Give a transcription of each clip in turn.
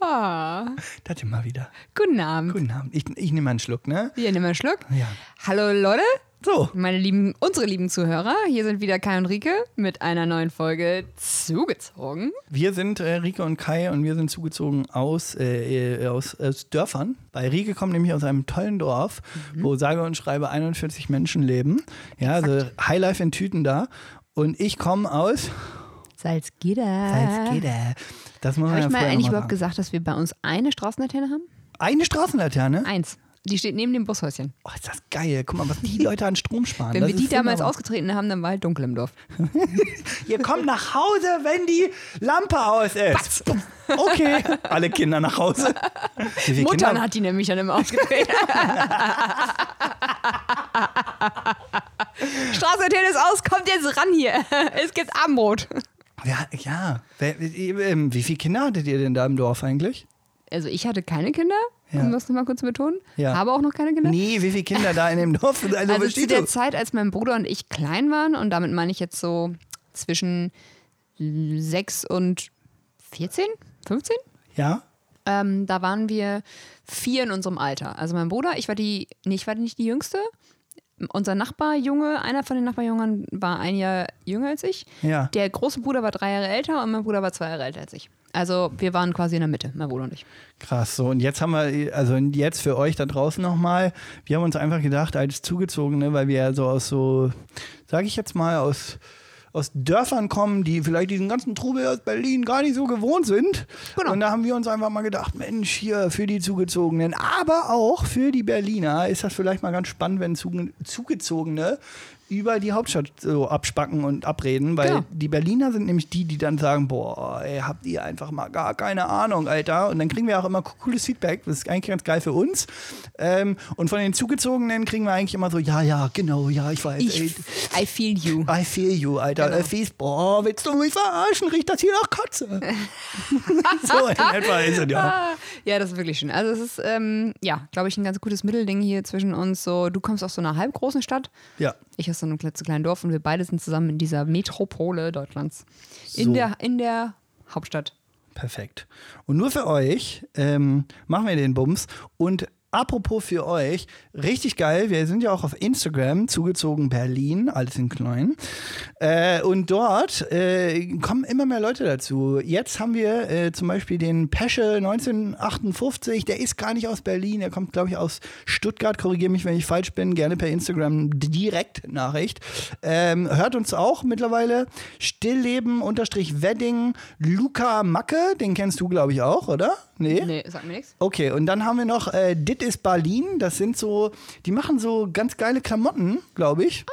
Ah, Das immer wieder. guten Abend. Guten Abend. Ich, ich nehme einen Schluck, ne? Hier, nimm mal einen Schluck. Ja. Hallo Leute, So. meine lieben, unsere lieben Zuhörer. Hier sind wieder Kai und Rike mit einer neuen Folge zugezogen. Wir sind äh, Rike und Kai und wir sind zugezogen aus, äh, äh, aus, aus Dörfern. Bei Rike kommt nämlich aus einem tollen Dorf, Mhm. wo sage und schreibe 41 Menschen leben. Ja, also Highlife in Tüten da. Und ich komme aus. Salzgitter. Salzgitter. Das muss Habe man ja Äh. ich mal vorher eigentlich noch mal überhaupt sagen. gesagt, dass wir bei uns eine Straßenlaterne haben? Eine Straßenlaterne. Eins. Die steht neben dem Bushäuschen. Oh, ist das geil. Guck mal, was die Leute an Strom sparen. Wenn das wir die ist damals wunderbar. ausgetreten haben, dann war halt dunkel im Dorf. Ihr kommt nach Hause, wenn die Lampe aus ist. Okay, alle Kinder nach Hause. Wie viele Muttern Kinder? hat die nämlich dann immer ausgedreht. Straßenlaterne ist aus, kommt jetzt ran hier. Es gibt Abendbrot. Ja, ja. Wer- ähm, Wie viele Kinder hattet ihr denn da im Dorf eigentlich? Also ich hatte keine Kinder, Ja. um das nochmal kurz zu betonen. Ja. Habe auch noch keine Kinder. Nee, wie viele Kinder da in dem Dorf? Also, Ne? also zu verstehst der du? Zeit, als mein Bruder und ich klein waren, und damit meine ich jetzt so zwischen 6 und 14, 15, Ja? ähm, da waren wir vier in unserem Alter. Also mein Bruder, ich war die, nee, ich war nicht die Jüngste. Unser Nachbarjunge, einer von den Nachbarjungen war ein Jahr jünger als ich. Ja. Der große Bruder war drei Jahre älter und mein Bruder war zwei Jahre älter als ich. Also wir waren quasi in der Mitte, mein Bruder und ich. Krass, so und jetzt haben wir, also jetzt für euch da draußen nochmal, wir haben uns einfach gedacht, als Zugezogene, weil wir ja so aus so, sage ich jetzt mal, aus, aus Dörfern kommen, die vielleicht diesen ganzen Trubel aus Berlin gar nicht so gewohnt sind. Genau. Und da haben wir uns einfach mal gedacht, Mensch, hier für die Zugezogenen, aber auch für die Berliner ist das vielleicht mal ganz spannend, wenn Zuge Zugezogene über die Hauptstadt so abspacken und abreden, weil Genau. die Berliner sind nämlich die, die dann sagen, boah, ey, habt ihr einfach mal gar keine Ahnung, Alter. Und dann kriegen wir auch immer co- cooles Feedback, das ist eigentlich ganz geil für uns. Ähm, und von den Zugezogenen kriegen wir eigentlich immer so, ja, ja, genau, ja, ich weiß. Ich, ey, I feel you. I feel you, Alter. Genau. I feel, boah, willst du mich verarschen? Riecht das hier nach Katze? so in etwa ist es, ja. Ah, Ja, das ist wirklich schön. Also es ist, ähm, ja, glaube ich, ein ganz gutes Mittelding hier zwischen uns. So, du kommst aus so einer halbgroßen Stadt, Ja. ich aus so einem klitzekleinen Dorf und wir beide sind zusammen in dieser Metropole Deutschlands. In, So. der, in der Hauptstadt. Perfekt. Und nur für euch ähm, machen wir den Bums. Und apropos für euch, richtig geil, wir sind ja auch auf Instagram, zugezogen Berlin, alles in klein. Äh, und dort äh, kommen immer mehr Leute dazu. Jetzt haben wir äh, zum Beispiel den Pesche 1958, der ist gar nicht aus Berlin, der kommt, glaube ich, aus Stuttgart. Korrigiere mich, wenn ich falsch bin, gerne per Instagram direkt Nachricht. Ähm, hört uns auch mittlerweile. Stillleben-Wedding, Luca Macke, den kennst du, glaube ich, auch, oder? Nee? Nee, sagt mir nichts. Okay, und dann haben wir noch äh, Dit ist Berlin. Das sind so, die machen so ganz geile Klamotten, glaube ich.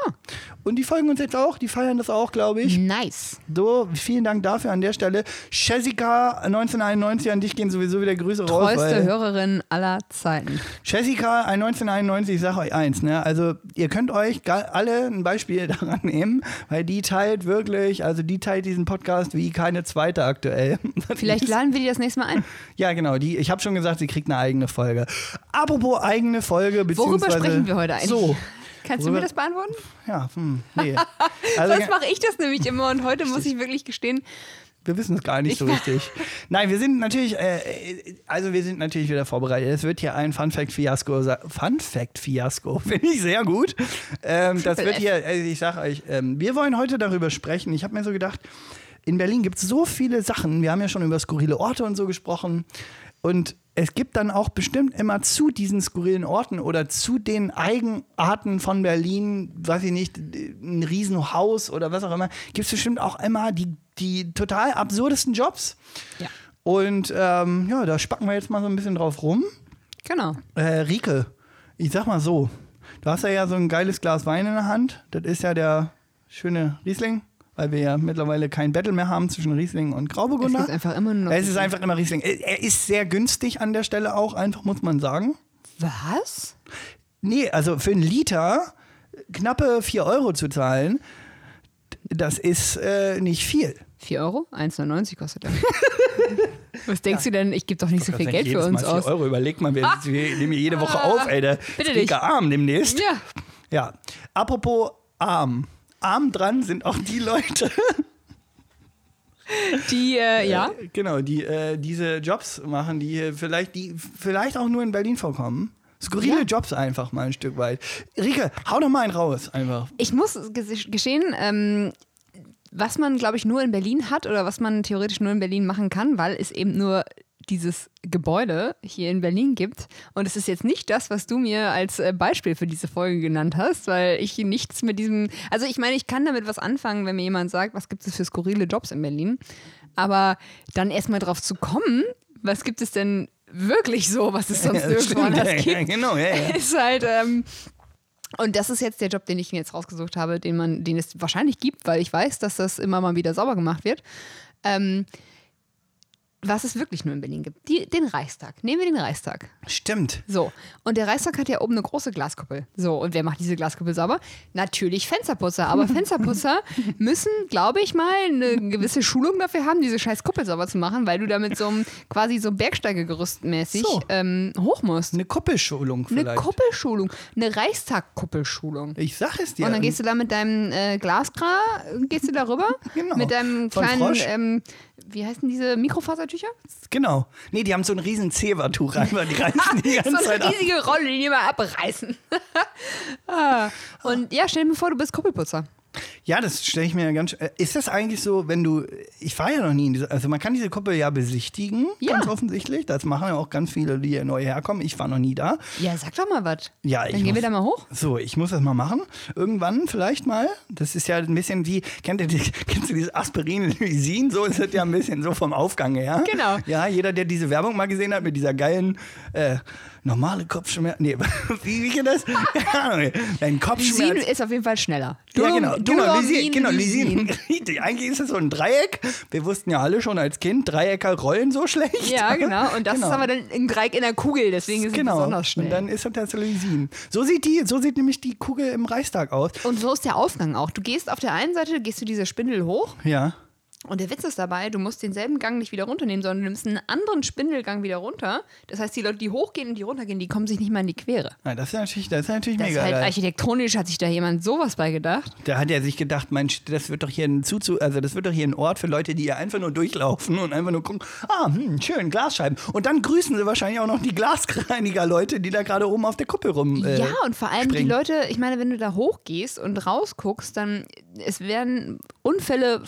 Und die folgen uns jetzt auch, die feiern das auch, glaube ich. Nice. So, vielen Dank dafür an der Stelle. Jessica 1991, an dich gehen sowieso wieder Grüße raus. Treueste weil- Hörerin aller Zeiten. Jessica 1991, ich sag euch eins, ne? Also ihr könnt euch ga- alle ein Beispiel daran nehmen, weil die teilt wirklich, also die teilt diesen Podcast wie keine zweite aktuell. Vielleicht laden wir die das nächste Mal ein. Ja, genau. Die, ich habe schon gesagt, sie kriegt eine eigene Folge. Apropos eigene Folge, beziehungsweise... Worüber sprechen wir heute eigentlich? So, Kannst du Worüber- mir das beantworten? ja, hm, nee. Also, Sonst mache ich das nämlich immer und heute muss ich wirklich gestehen, wir wissen es gar nicht so richtig. Nein, wir sind natürlich, äh, äh, also wir sind natürlich wieder vorbereitet. Es wird hier ein Fun-Fact-Fiasko, sa- Fun-Fact-Fiasko, finde ich sehr gut. Ähm, das Triple wird F. hier, also ich sage euch, ähm, wir wollen heute darüber sprechen. Ich habe mir so gedacht, in Berlin gibt es so viele Sachen. Wir haben ja schon über skurrile Orte und so gesprochen. Und es gibt dann auch bestimmt immer zu diesen skurrilen Orten oder zu den Eigenarten von Berlin, weiß ich nicht, ein Riesenhaus oder was auch immer, gibt es bestimmt auch immer die, die total absurdesten Jobs. Ja. Und ähm, ja, da spacken wir jetzt mal so ein bisschen drauf rum. genau. Äh, Rike, ich sag mal so, du hast ja, ja so ein geiles Glas Wein in der Hand. Das ist ja der schöne Riesling, weil wir ja mittlerweile kein Battle mehr haben zwischen Riesling und Es Grauburgunder. gibt einfach immer nur noch. Es ist einfach immer Riesling. Er er ist sehr günstig an der Stelle auch, einfach muss man sagen. Was? Nee, also für einen Liter knappe 4 Euro zu zahlen, das ist äh, nicht viel. 4 Euro? 1,99 kostet er. Was denkst du denn? Ich gebe doch nicht so viel Geld für uns aus. Ah. Euro, überleg mal, wir, wir nehmen hier jede Woche auf, ey. Der Bitte ist dich. dicker Arm demnächst. Ja. Ja. Apropos Arm. Arm dran sind auch die Leute, Die, äh, ja. Äh, Genau, die äh, diese Jobs machen, die äh, vielleicht, die vielleicht auch nur in Berlin vorkommen. Skurrile Ja. Jobs einfach mal ein Stück weit. Rike, hau doch mal einen raus, einfach. Ich muss ges- geschehen, ähm, was man, glaube ich, nur in Berlin hat oder was man theoretisch nur in Berlin machen kann, weil es eben nur dieses Gebäude hier in Berlin gibt. Und es ist jetzt nicht das, was du mir als äh, Beispiel für diese Folge genannt hast, weil ich nichts mit diesem. Also ich meine, ich kann damit was anfangen, wenn mir jemand sagt, was gibt es für skurrile Jobs in Berlin. Aber dann erstmal drauf zu kommen, was gibt es denn wirklich so, was es sonst Ja, irgendwo anders ja, gibt? ja, genau, ja, ja. ist halt. Ähm, und das ist jetzt der Job, den ich mir jetzt rausgesucht habe, den man, den es wahrscheinlich gibt, weil ich weiß, dass das immer mal wieder sauber gemacht wird. Ähm, was es wirklich nur in Berlin gibt. Die, den Reichstag. Nehmen wir den Reichstag. Stimmt. So. Und der Reichstag hat ja oben eine große Glaskuppel. So. Und wer macht diese Glaskuppel sauber? Natürlich Fensterputzer. Aber Fensterputzer müssen, glaube ich mal, eine gewisse Schulung dafür haben, diese scheiß Kuppel sauber zu machen, weil du da mit so einem quasi so Bergsteigegerüstmäßig So. ähm, hoch musst. Eine Kuppelschulung vielleicht. Eine Kuppelschulung, eine Reichstag-Kuppelschulung. ich sag es dir. Und dann gehst du da mit deinem äh, Glaskra, äh, gehst du da rüber, Genau. mit deinem Von kleinen, Frosch. ähm, wie heißen diese Mikrofasertücher? Genau. Nee, die haben so ein riesen Zebertuch einfach, die reißen die ganze so Zeit eine ab. riesige Rolle, die die mal abreißen. ah. Und ja, stell dir vor, du bist Kuppelputzer. Ja, das stelle ich mir ja ganz. sch- äh, Ist das eigentlich so, wenn du. Ich war ja noch nie in dieser. Also, man kann diese Kuppel ja besichtigen, Ja. ganz offensichtlich. Das machen ja auch ganz viele, die hier neu herkommen. Ich war noch nie da. Ja, sag doch mal was. Ja, ich Dann gehen muss- wir da mal hoch. So, ich muss das mal machen. Irgendwann vielleicht mal. Das ist ja ein bisschen wie, kennt ihr die, kennst du dieses Aspirin-Lysin? So ist das ja ein bisschen so vom Aufgang her. Genau. Ja, jeder, der diese Werbung mal gesehen hat mit dieser geilen, äh, normale Kopfschmerzen. Nee, wie, wie geht das? Keine Ahnung. Dein Lysin Kopfschmerz. ist auf jeden Fall schneller. Ja, Duro- genau. Dummer, Lysin, Duromin, genau, Lysin. Richtig. Eigentlich ist das so ein Dreieck. Wir wussten ja alle schon als Kind, Dreiecke rollen so schlecht. Ja, genau. Und das Genau. ist aber dann ein Dreieck in der Kugel, deswegen ist es Genau. besonders schnell. Und dann ist das das Lysin. So sieht die, so sieht nämlich die Kugel im Reichstag aus. Und so ist der Aufgang auch. Du gehst auf der einen Seite, gehst du diese Spindel hoch Ja. und der Witz ist dabei, du musst denselben Gang nicht wieder runternehmen, sondern du nimmst einen anderen Spindelgang wieder runter. Das heißt, die Leute, die hochgehen und die runtergehen, die kommen sich nicht mal in die Quere. Ja, das ist natürlich, das ist natürlich Das mega ist halt geil. architektonisch hat sich da jemand sowas bei gedacht. Da hat er sich gedacht, Mensch, das wird doch hier ein Zuzu, also das wird doch hier ein Ort für Leute, die hier einfach nur durchlaufen und einfach nur gucken, ah, hm, schön, Glasscheiben. Und dann grüßen sie wahrscheinlich auch noch die Glasreiniger-Leute, die da gerade oben auf der Kuppel rum. Äh, ja, und vor allem springen. die Leute, ich meine, wenn du da hochgehst und rausguckst, dann es werden Unfälle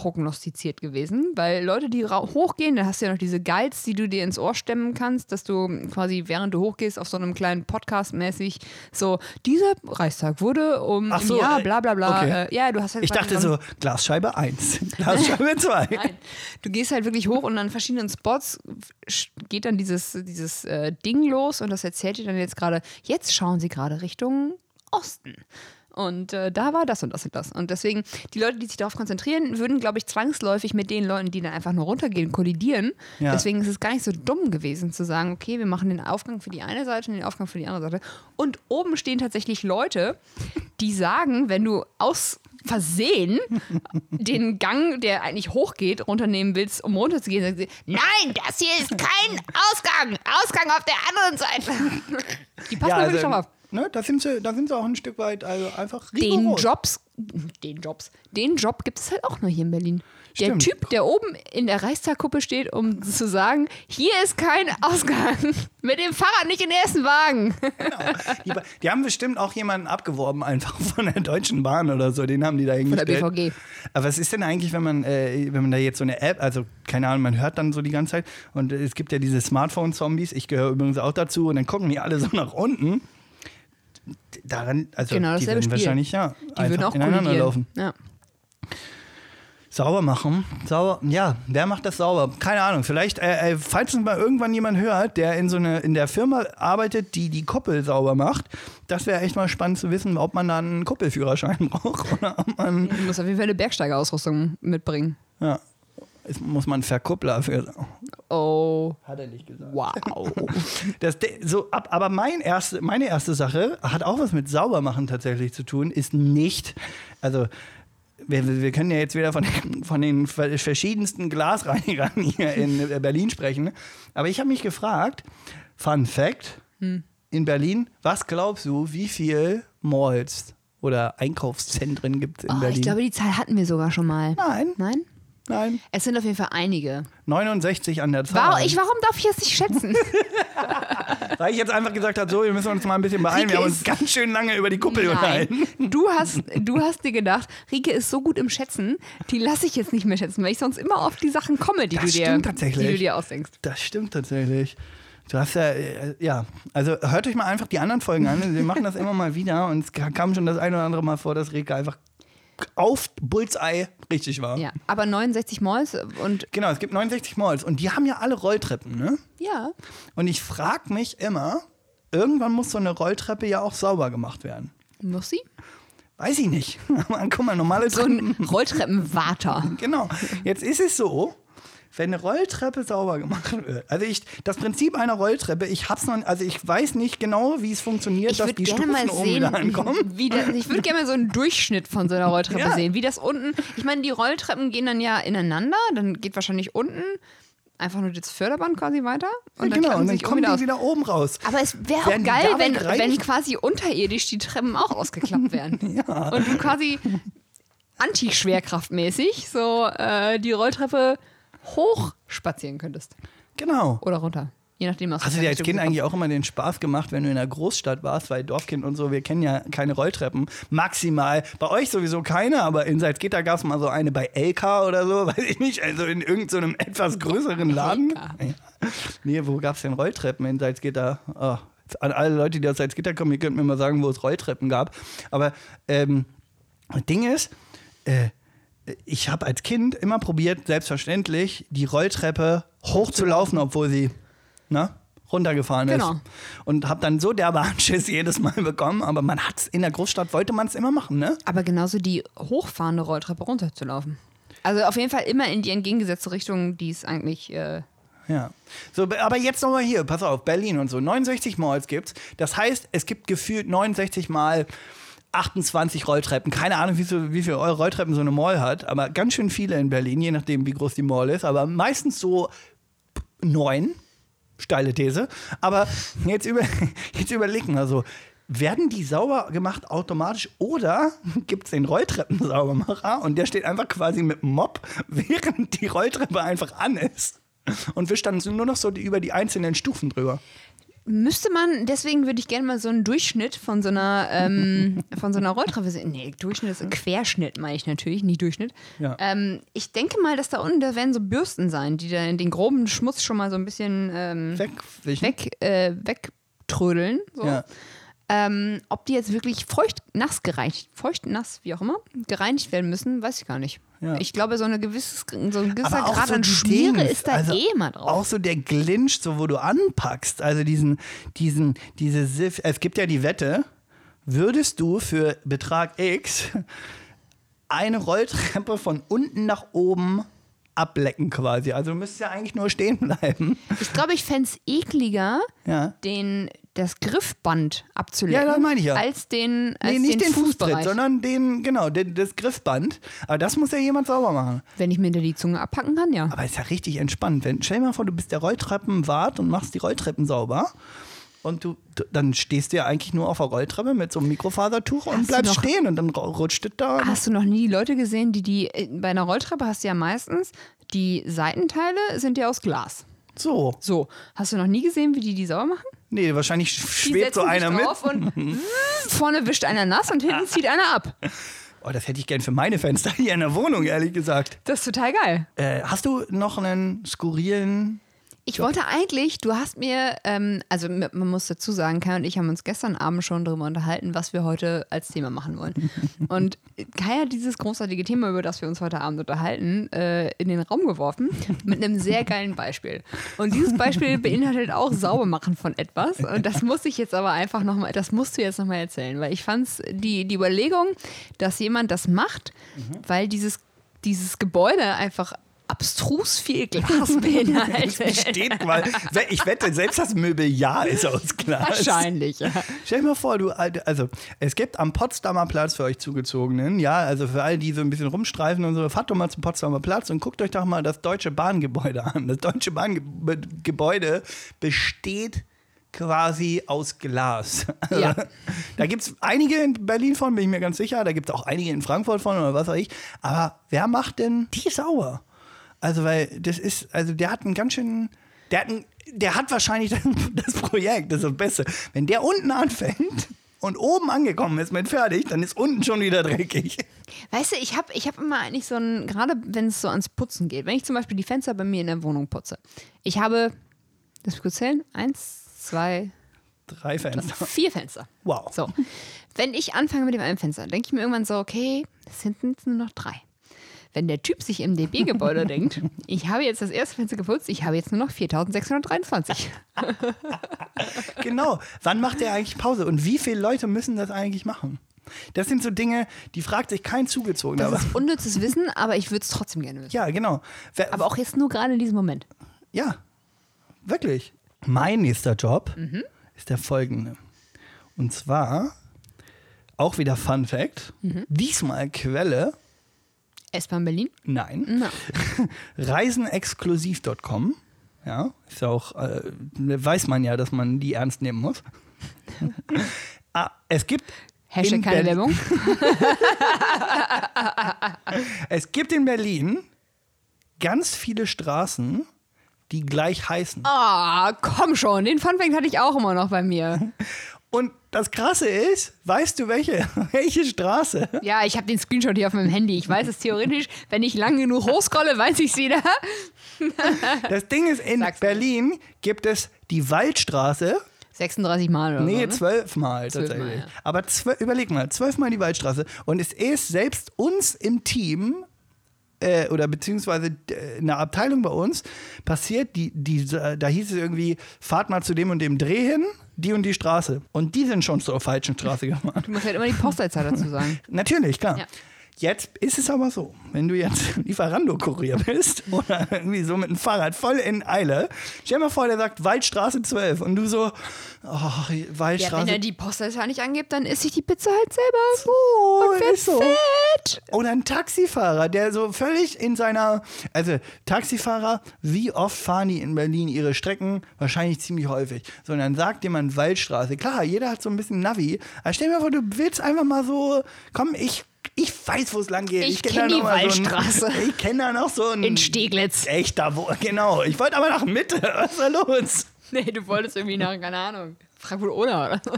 vorprognostiziert gewesen, weil Leute, die ra- hochgehen, da hast du ja noch diese Guides, die du dir ins Ohr stemmen kannst, dass du quasi, während du hochgehst, auf so einem kleinen Podcast mäßig so, dieser Reichstag wurde um Ach so, ja, äh, bla bla bla. okay. Äh, ja, du hast halt Ich quasi dachte einen- so, Glasscheibe 1, Glasscheibe 2. Nein. Du gehst halt wirklich hoch und an verschiedenen Spots sch- geht dann dieses, dieses äh, Ding los und das erzählt dir dann jetzt gerade, jetzt schauen sie gerade Richtung Osten. Und äh, da war das und das und das. Und deswegen, die Leute, die sich darauf konzentrieren, würden, glaube ich, zwangsläufig mit den Leuten, die dann einfach nur runtergehen, kollidieren. Ja. Deswegen ist es gar nicht so dumm gewesen zu sagen, okay, wir machen den Aufgang für die eine Seite und den Aufgang für die andere Seite. Und oben stehen tatsächlich Leute, die sagen, wenn du aus Versehen den Gang, der eigentlich hochgeht, runternehmen willst, um runterzugehen, sagen sie, nein, das hier ist kein Ausgang. Ausgang auf der anderen Seite. Die passen da wirklich schon auf. ne, da, sind sie, da sind sie auch ein Stück weit also einfach Den rigoros. Jobs, den Jobs, den Job gibt es halt auch nur hier in Berlin. Der Stimmt. Typ, der oben in der Reichstagkuppe steht, um zu sagen, hier ist kein Ausgang. Mit dem Fahrrad nicht in den ersten Wagen. Die, ba- die haben bestimmt auch jemanden abgeworben, einfach von der Deutschen Bahn oder so. Den haben die da der hingestellt. BVG. Aber was ist denn eigentlich, wenn man, äh, wenn man da jetzt so eine App, also keine Ahnung, man hört dann so die ganze Zeit und es gibt ja diese Smartphone-Zombies, ich gehöre übrigens auch dazu und dann gucken die alle so nach unten. Daran, also Genau die dasselbe werden Spiel. wahrscheinlich ja Die würden auch ineinander kollidieren. laufen. Ja. Sauber machen. Sauber. Ja, wer macht das sauber? Keine Ahnung. Vielleicht, äh, äh, falls uns mal irgendwann jemand hört, der in so eine, in der Firma arbeitet, die die Kuppel sauber macht, das wäre echt mal spannend zu wissen, ob man da einen Kuppelführerschein braucht oder ob man, Du musst auf jeden Fall eine Bergsteigerausrüstung mitbringen. ja, es muss man Verkuppler für. Oh, Hat er nicht gesagt. wow. Oh, Das, de- so, ab, aber mein erste, meine erste Sache hat auch was mit Saubermachen tatsächlich zu tun, ist nicht, also wir, wir wir können ja jetzt wieder von, den- von den ver- verschiedensten Glasreinigern hier in äh, Berlin sprechen, aber ich habe mich gefragt, Fun Fact, Hm. in Berlin, was glaubst du, wie viel Malls oder Einkaufszentren gibt es in Oh, Berlin? ich glaube, die Zahl hatten wir sogar schon mal. Nein, Nein? Nein, Es sind auf jeden Fall einige. 69 an der Zahl. Warum, ich, warum darf ich das nicht schätzen? Weil ich jetzt einfach gesagt habe, so, wir müssen uns mal ein bisschen beeilen. Wir haben uns ist- ganz schön lange über die Kuppel unterhalten. Nein. Du hast, du hast dir gedacht, Rike ist so gut im Schätzen, die lasse ich jetzt nicht mehr schätzen, weil ich sonst immer auf die Sachen komme, die, Das du dir, stimmt tatsächlich. die du dir ausdenkst. Das stimmt tatsächlich. Du hast ja, äh, ja, also hört euch mal einfach die anderen Folgen an. Wir machen das immer mal wieder und es ka- kam schon das ein oder andere Mal vor, dass Reke einfach auf Bullseye richtig war. Ja, aber 69 Malls und Genau, es gibt 69 Malls und die haben ja alle Rolltreppen, ne? ja, Und ich frage mich immer, irgendwann muss so eine Rolltreppe ja auch sauber gemacht werden. muss sie? Weiß ich nicht. Aber guck mal, normale So ein Rolltreppenwater. Genau. Jetzt ist es so, wenn eine Rolltreppe sauber gemacht wird. Also ich, das Prinzip einer Rolltreppe, ich hab's noch, also ich weiß nicht genau, wie es funktioniert, Ich dass würde die gerne mal Stufen oben wieder ankommen. sehen, wie das, ich würde gerne mal so einen Durchschnitt von so einer Rolltreppe Ja. sehen. Wie das unten, ich meine, die Rolltreppen gehen dann ja ineinander, dann geht wahrscheinlich unten einfach nur das Förderband quasi weiter und dann genau, klappen und sie dann sich kommen oben die wieder aus. wieder oben raus. Aber es wäre Werden auch die geil, dabei wenn, gereinigt? wenn quasi unterirdisch die Treppen auch ausgeklappt werden. Und du quasi antischwerkraftmäßig so äh, die Rolltreppe hoch spazieren könntest. Genau. Oder runter. Je nachdem, was Hast du für dir eine als Kind Stufe- eigentlich auch immer den Spaß gemacht, wenn du in einer Großstadt warst, weil Dorfkind und so, wir kennen ja keine Rolltreppen. Maximal. Bei euch sowieso keine, aber in Salzgitter gab es mal so eine bei LK oder so, weiß ich nicht, also in irgendeinem etwas größeren Laden. Ja. Nee, wo gab es denn Rolltreppen in Salzgitter? Oh. An alle Leute, die aus Salzgitter kommen, ihr könnt mir mal sagen, wo es Rolltreppen gab. Aber ähm, Ding ist, äh, ich habe als Kind immer probiert, selbstverständlich die Rolltreppe hochzulaufen, obwohl sie ne, runtergefahren ist. Genau. Und habe dann so derbe Anschiss jedes Mal bekommen, aber man hat's in der Großstadt wollte man es immer machen, ne? Aber genauso die hochfahrende Rolltreppe runterzulaufen. Also auf jeden Fall immer in die entgegengesetzte Richtung, die es eigentlich. Äh, Ja. So, be- aber jetzt nochmal hier, pass auf, Berlin und so. 69 Malls gibt's. Das heißt, es gibt gefühlt 69 mal 28 Rolltreppen. Keine Ahnung, wie, so, wie viele Rolltreppen so eine Mall hat, aber ganz schön viele in Berlin, je nachdem, wie groß die Mall ist. Aber meistens so neun. Steile These. Aber jetzt, über, jetzt überlegen wir so. Werden die sauber gemacht automatisch oder gibt es den Rolltreppensaubermacher und der steht einfach quasi mit dem Mob, während die Rolltreppe einfach an ist und wischt dann so nur noch so die, über die einzelnen Stufen drüber. müsste man, deswegen würde ich gerne mal so einen Durchschnitt von so einer, ähm, von so einer Rolltreppe sehen. Nee, Durchschnitt ist ein Querschnitt, meine ich natürlich, nicht Durchschnitt. Ja. Ähm, ich denke mal, dass da unten, da werden so Bürsten sein, die da den groben Schmutz schon mal so ein bisschen ähm, Wegwischen. weg, äh, wegtrödeln. So. Ja. Ähm, ob die jetzt wirklich feucht, nass gereinigt, feucht, nass, wie auch immer, gereinigt werden müssen, weiß ich gar nicht. Ja. Ich glaube, so, eine gewisses, so ein gewisser Aber auch Grad so an die Schmiere Dings, ist da also eh immer drauf. Auch so der Glinch, so wo du anpackst, also diesen, diesen, diese Siff. Es gibt ja die Wette, würdest du für Betrag X eine Rolltreppe von unten nach oben ablecken quasi. Also du müsstest ja eigentlich nur stehen bleiben. Ich glaube, ich fände es ekliger, Ja. den, das Griffband abzulecken. Ja, das meine ich ja. Als den, als nee, nicht den, Fußtritt, Fußbereich. sondern den, genau, den, das Griffband. Aber das muss ja jemand sauber machen. Wenn ich mir da die Zunge abpacken kann, ja. Aber ist ja richtig entspannt. Wenn, stell dir mal vor, du bist der Rolltreppenwart und machst die Rolltreppen sauber. Und du, du- dann stehst du ja eigentlich nur auf der Rolltreppe mit so einem Mikrofasertuch und Hast du bleibst noch- Ah. stehen und dann ra- rutscht es da. Hast du noch nie die Leute gesehen, die die, äh, bei einer Rolltreppe hast du ja meistens, die Seitenteile sind ja aus Glas. so. So, hast du noch nie gesehen, wie die die sauber machen? Nee, wahrscheinlich sch- Die schwebt so setzen einer sich mit. drauf und vorne wischt einer nass und hinten zieht einer ab. Oh, das hätte ich gern für meine Fenster hier in der Wohnung, ehrlich gesagt. Das ist total geil. Äh, hast du noch einen skurrilen. Ich wollte eigentlich, du hast mir, ähm, also m- man muss dazu sagen, Kai und ich haben uns gestern Abend schon darüber unterhalten, was wir heute als Thema machen wollen. Und Kai hat dieses großartige Thema, über das wir uns heute Abend unterhalten, äh, in den Raum geworfen mit einem sehr geilen Beispiel. Und dieses Beispiel beinhaltet auch Saubermachen von etwas. Und das muss ich jetzt aber einfach nochmal, das musst du jetzt nochmal erzählen, weil ich fand die, die Überlegung, dass jemand das macht, weil dieses, dieses Gebäude einfach abstrus viel Glas beinhaltet. Steht mal. Ich wette, selbst das Möbeljahr ist aus Glas. Wahrscheinlich, ja. Stell dir mal vor, du, alte- also es gibt am Potsdamer Platz für euch Zugezogenen, ja, also für alle, die so ein bisschen rumstreifen und so, fahrt doch mal zum Potsdamer Platz und guckt euch doch mal das Deutsche Bahngebäude an. Das Deutsche Bahngebäude besteht quasi aus Glas. Also, Ja. Da gibt es einige in Berlin von, bin ich mir ganz sicher, da gibt es auch einige in Frankfurt von oder was weiß ich, aber wer macht denn die sauer? Also, weil das ist, also der hat einen ganz schönen, der hat, einen, der hat wahrscheinlich das, das Projekt, das ist das Beste. Wenn der unten anfängt und oben angekommen ist mit fertig, dann ist unten schon wieder dreckig. Weißt du, ich habe ich hab immer eigentlich so ein, gerade wenn es so ans Putzen geht, wenn ich zum Beispiel die Fenster bei mir in der Wohnung putze, ich habe, das kurz zählen, eins, zwei, Drei Fenster. vier Fenster. Wow. So. Wenn ich anfange mit dem einen Fenster, denke ich mir irgendwann so, okay, das hinten sind nur noch drei. Wenn der Typ sich im DB-Gebäude denkt, ich habe jetzt das erste Fenster geputzt, ich habe jetzt nur noch 4623. Genau. Wann macht der eigentlich Pause und wie viele Leute müssen das eigentlich machen? Das sind so Dinge, die fragt sich kein Zugezogener. Das Aber, ist unnützes Wissen, aber ich würde es trotzdem gerne wissen. ja, genau. Wer, Aber auch jetzt nur gerade in diesem Moment. Ja, wirklich. Mein nächster Job Mhm. ist der folgende. Und zwar, auch wieder Fun Fact, Mhm. diesmal Quelle, S-Bahn Berlin? nein, Na. reisenexklusiv.com. Ja, ist ja auch, äh, weiß man ja, dass man die ernst nehmen muss. ah, es gibt Hashtag in keine Berlin- Werbung. Es gibt in Berlin ganz viele Straßen, die gleich heißen. Ah, komm schon, den Funfact hatte ich auch immer noch bei mir. Und das Krasse ist, weißt du welche? Welche Straße? Ja, ich habe den Screenshot hier auf meinem Handy. Ich weiß es theoretisch, wenn ich lang genug hochscrolle, weiß ich es wieder. Das Ding ist, in Sag's nicht. Berlin gibt es die Waldstraße. 36 Mal oder so. Nee, ne? zwölfmal Zwölfmal, tatsächlich. ja. Aber zwöl- überleg mal, zwölfmal die Waldstraße. Und es ist selbst uns im Team äh, oder beziehungsweise äh, in einer Abteilung bei uns passiert, die, die, da hieß es irgendwie, fahrt mal zu dem und dem Dreh hin, die und die Straße. Und die sind schon zur falschen Straße gefahren. Du musst halt immer die Postleitzahl dazu sagen. Natürlich, klar. Ja. Jetzt ist es aber so, wenn du jetzt Lieferando-Kurier bist oder irgendwie so mit dem Fahrrad voll in Eile, stell dir mal vor, der sagt Waldstraße 12 und du so, oh, Ja, wenn Waldstraße er die Postleitzahl nicht angibt, dann isst sich die Pizza halt selber. so, Und wird Oh, ist so. fett. Oder ein Taxifahrer, der so völlig in seiner, also Taxifahrer, wie oft fahren die in Berlin ihre Strecken? Wahrscheinlich ziemlich häufig. So, und dann sagt jemand Waldstraße. Klar, jeder hat so ein bisschen Navi. Aber stell dir vor, du willst einfach mal so, komm, ich, ich weiß, wo es lang geht. Ich kenn kenn da noch die mal So Waldstraße. ein, ich kenne da noch so ein... In Steglitz. Echter, wo, genau. Ich wollte aber nach Mitte. Was ist da los? Nee, du wolltest irgendwie nach, keine Ahnung, Frankfurt oder oder so.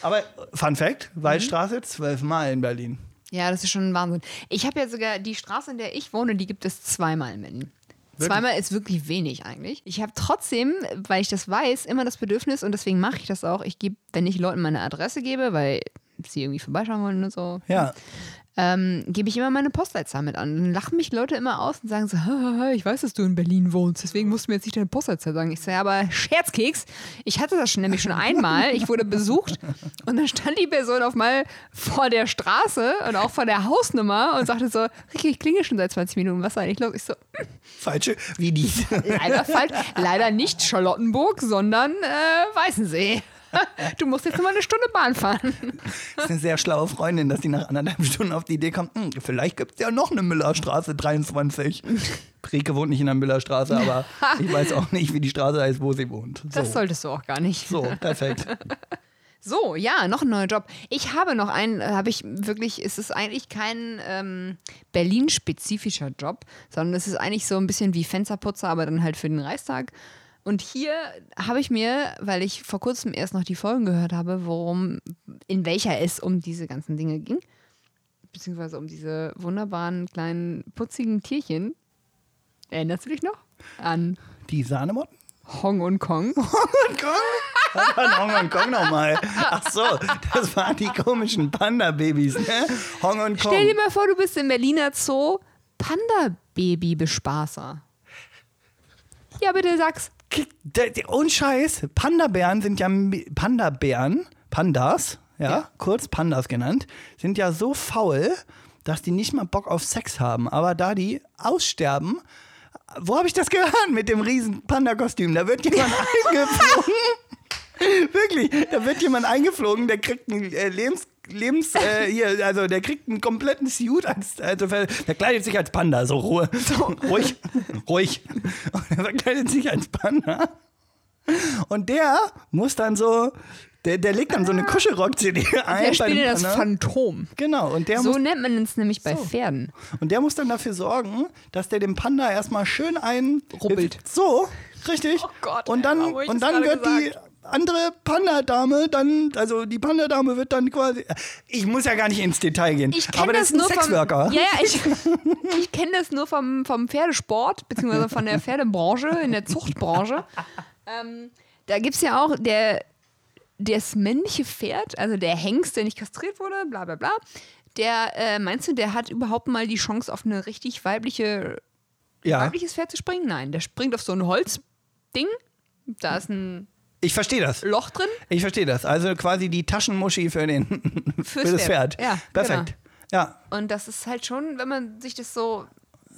Aber Fun Fact, Waldstraße zwölfmal in Berlin. Ja, das ist schon ein Wahnsinn. Ich habe ja sogar die Straße, in der ich wohne, die gibt es zweimal in Berlin. Zweimal ist wirklich wenig eigentlich. Ich habe trotzdem, weil ich das weiß, immer das Bedürfnis und deswegen mache ich das auch. Ich gebe, wenn ich Leuten meine Adresse gebe, weil sie irgendwie vorbeischauen wollen und so, Ja. ähm, gebe ich immer meine Postleitzahl mit an. Dann lachen mich Leute immer aus und sagen so, "Hahaha, ich weiß, dass du in Berlin wohnst, deswegen musst du mir jetzt nicht deine Postleitzahl sagen. Ich sage, aber Scherzkeks, ich hatte das schon, nämlich schon einmal. Ich wurde besucht und dann stand die Person auf mal vor der Straße und auch vor der Hausnummer und sagte so, Ricky, ich klingel schon seit 20 Minuten, was ist eigentlich los? Ich so, Falsche, wie die. leider falsch, leider nicht Charlottenburg, sondern äh, Weißensee. Du musst jetzt noch mal eine Stunde Bahn fahren. Das ist eine sehr schlaue Freundin, dass die nach anderthalb Stunden auf die Idee kommt, hm, vielleicht gibt es ja noch eine Müllerstraße 23. Rike wohnt nicht in der Müllerstraße, aber ich weiß auch nicht, wie die Straße heißt, wo sie wohnt. So, Das solltest du auch gar nicht. so perfekt. So, ja, noch ein neuer Job. Ich habe noch einen, äh, habe ich wirklich, es ist eigentlich kein ähm, Berlin-spezifischer Job, sondern es ist eigentlich so ein bisschen wie Fensterputzer, aber dann halt für den Reichstag. Und hier habe ich mir, weil ich vor kurzem erst noch die Folgen gehört habe, worum, in welcher es um diese ganzen Dinge ging, beziehungsweise um diese wunderbaren kleinen putzigen Tierchen. Erinnerst du dich noch? An Die Sahnemotten? Hong und Kong. Hongkong? Dann Hong und Kong nochmal. Ach so, das waren die komischen Panda-Babys, ne? Hong und Kong. Stell dir mal vor, du bist im Berliner Zoo Panda-Baby-Bespaßer. Ja, bitte sag's. Der, der, und Scheiß, Panda-Bären sind ja mi- Panda-Bären, Pandas, ja, Ja. kurz Pandas genannt, sind ja so faul, dass die nicht mal Bock auf Sex haben. Aber da die aussterben, wo habe ich das gehört mit dem riesen Panda-Kostüm? Da wird jemand eingeflogen. Wirklich, da wird jemand eingeflogen, der kriegt einen äh, Lebens. Lebens, äh, hier, also der kriegt einen kompletten Suit, als, also ver- verkleidet sich als Panda, so Ruhe. Ruhig, ruhig. Und er verkleidet sich als Panda. Und der muss dann so Der, der legt dann so eine Kuschelrock-CD ein. Ah. Der bei spielt dem das Penner. Phantom. Genau, und der, So muss, nennt man es nämlich bei So. Pferden. und der muss dann dafür sorgen, dass der dem Panda erstmal schön ein. Rubbelt. So, richtig. Oh Gott, und dann, ey, warum hab ich und das dann gerade wird die andere Panda-Dame dann, also die Panda-Dame wird dann quasi. Ich muss ja gar nicht ins Detail gehen. Ich kenne aber das, das ist ein nur vom, Sexworker. ja, ja, ich, ich kenne das nur vom, vom Pferdesport, beziehungsweise von der Pferdebranche, in der Zuchtbranche. Ähm, da gibt es ja auch der, das männliche Pferd, also der Hengst, der nicht kastriert wurde, bla bla bla. Der, äh, meinst du, der hat überhaupt mal die Chance, auf eine richtig weibliche, ja. weibliches Pferd zu springen? Nein, der springt auf so ein Holzding. Da ist ein Ich verstehe das. Loch drin. Ich verstehe das. Also quasi die Taschenmuschi für, den, Fürs für das Pferd. Pferd. Ja, genau. Perfekt. Ja, Und das ist halt schon, wenn man sich das so.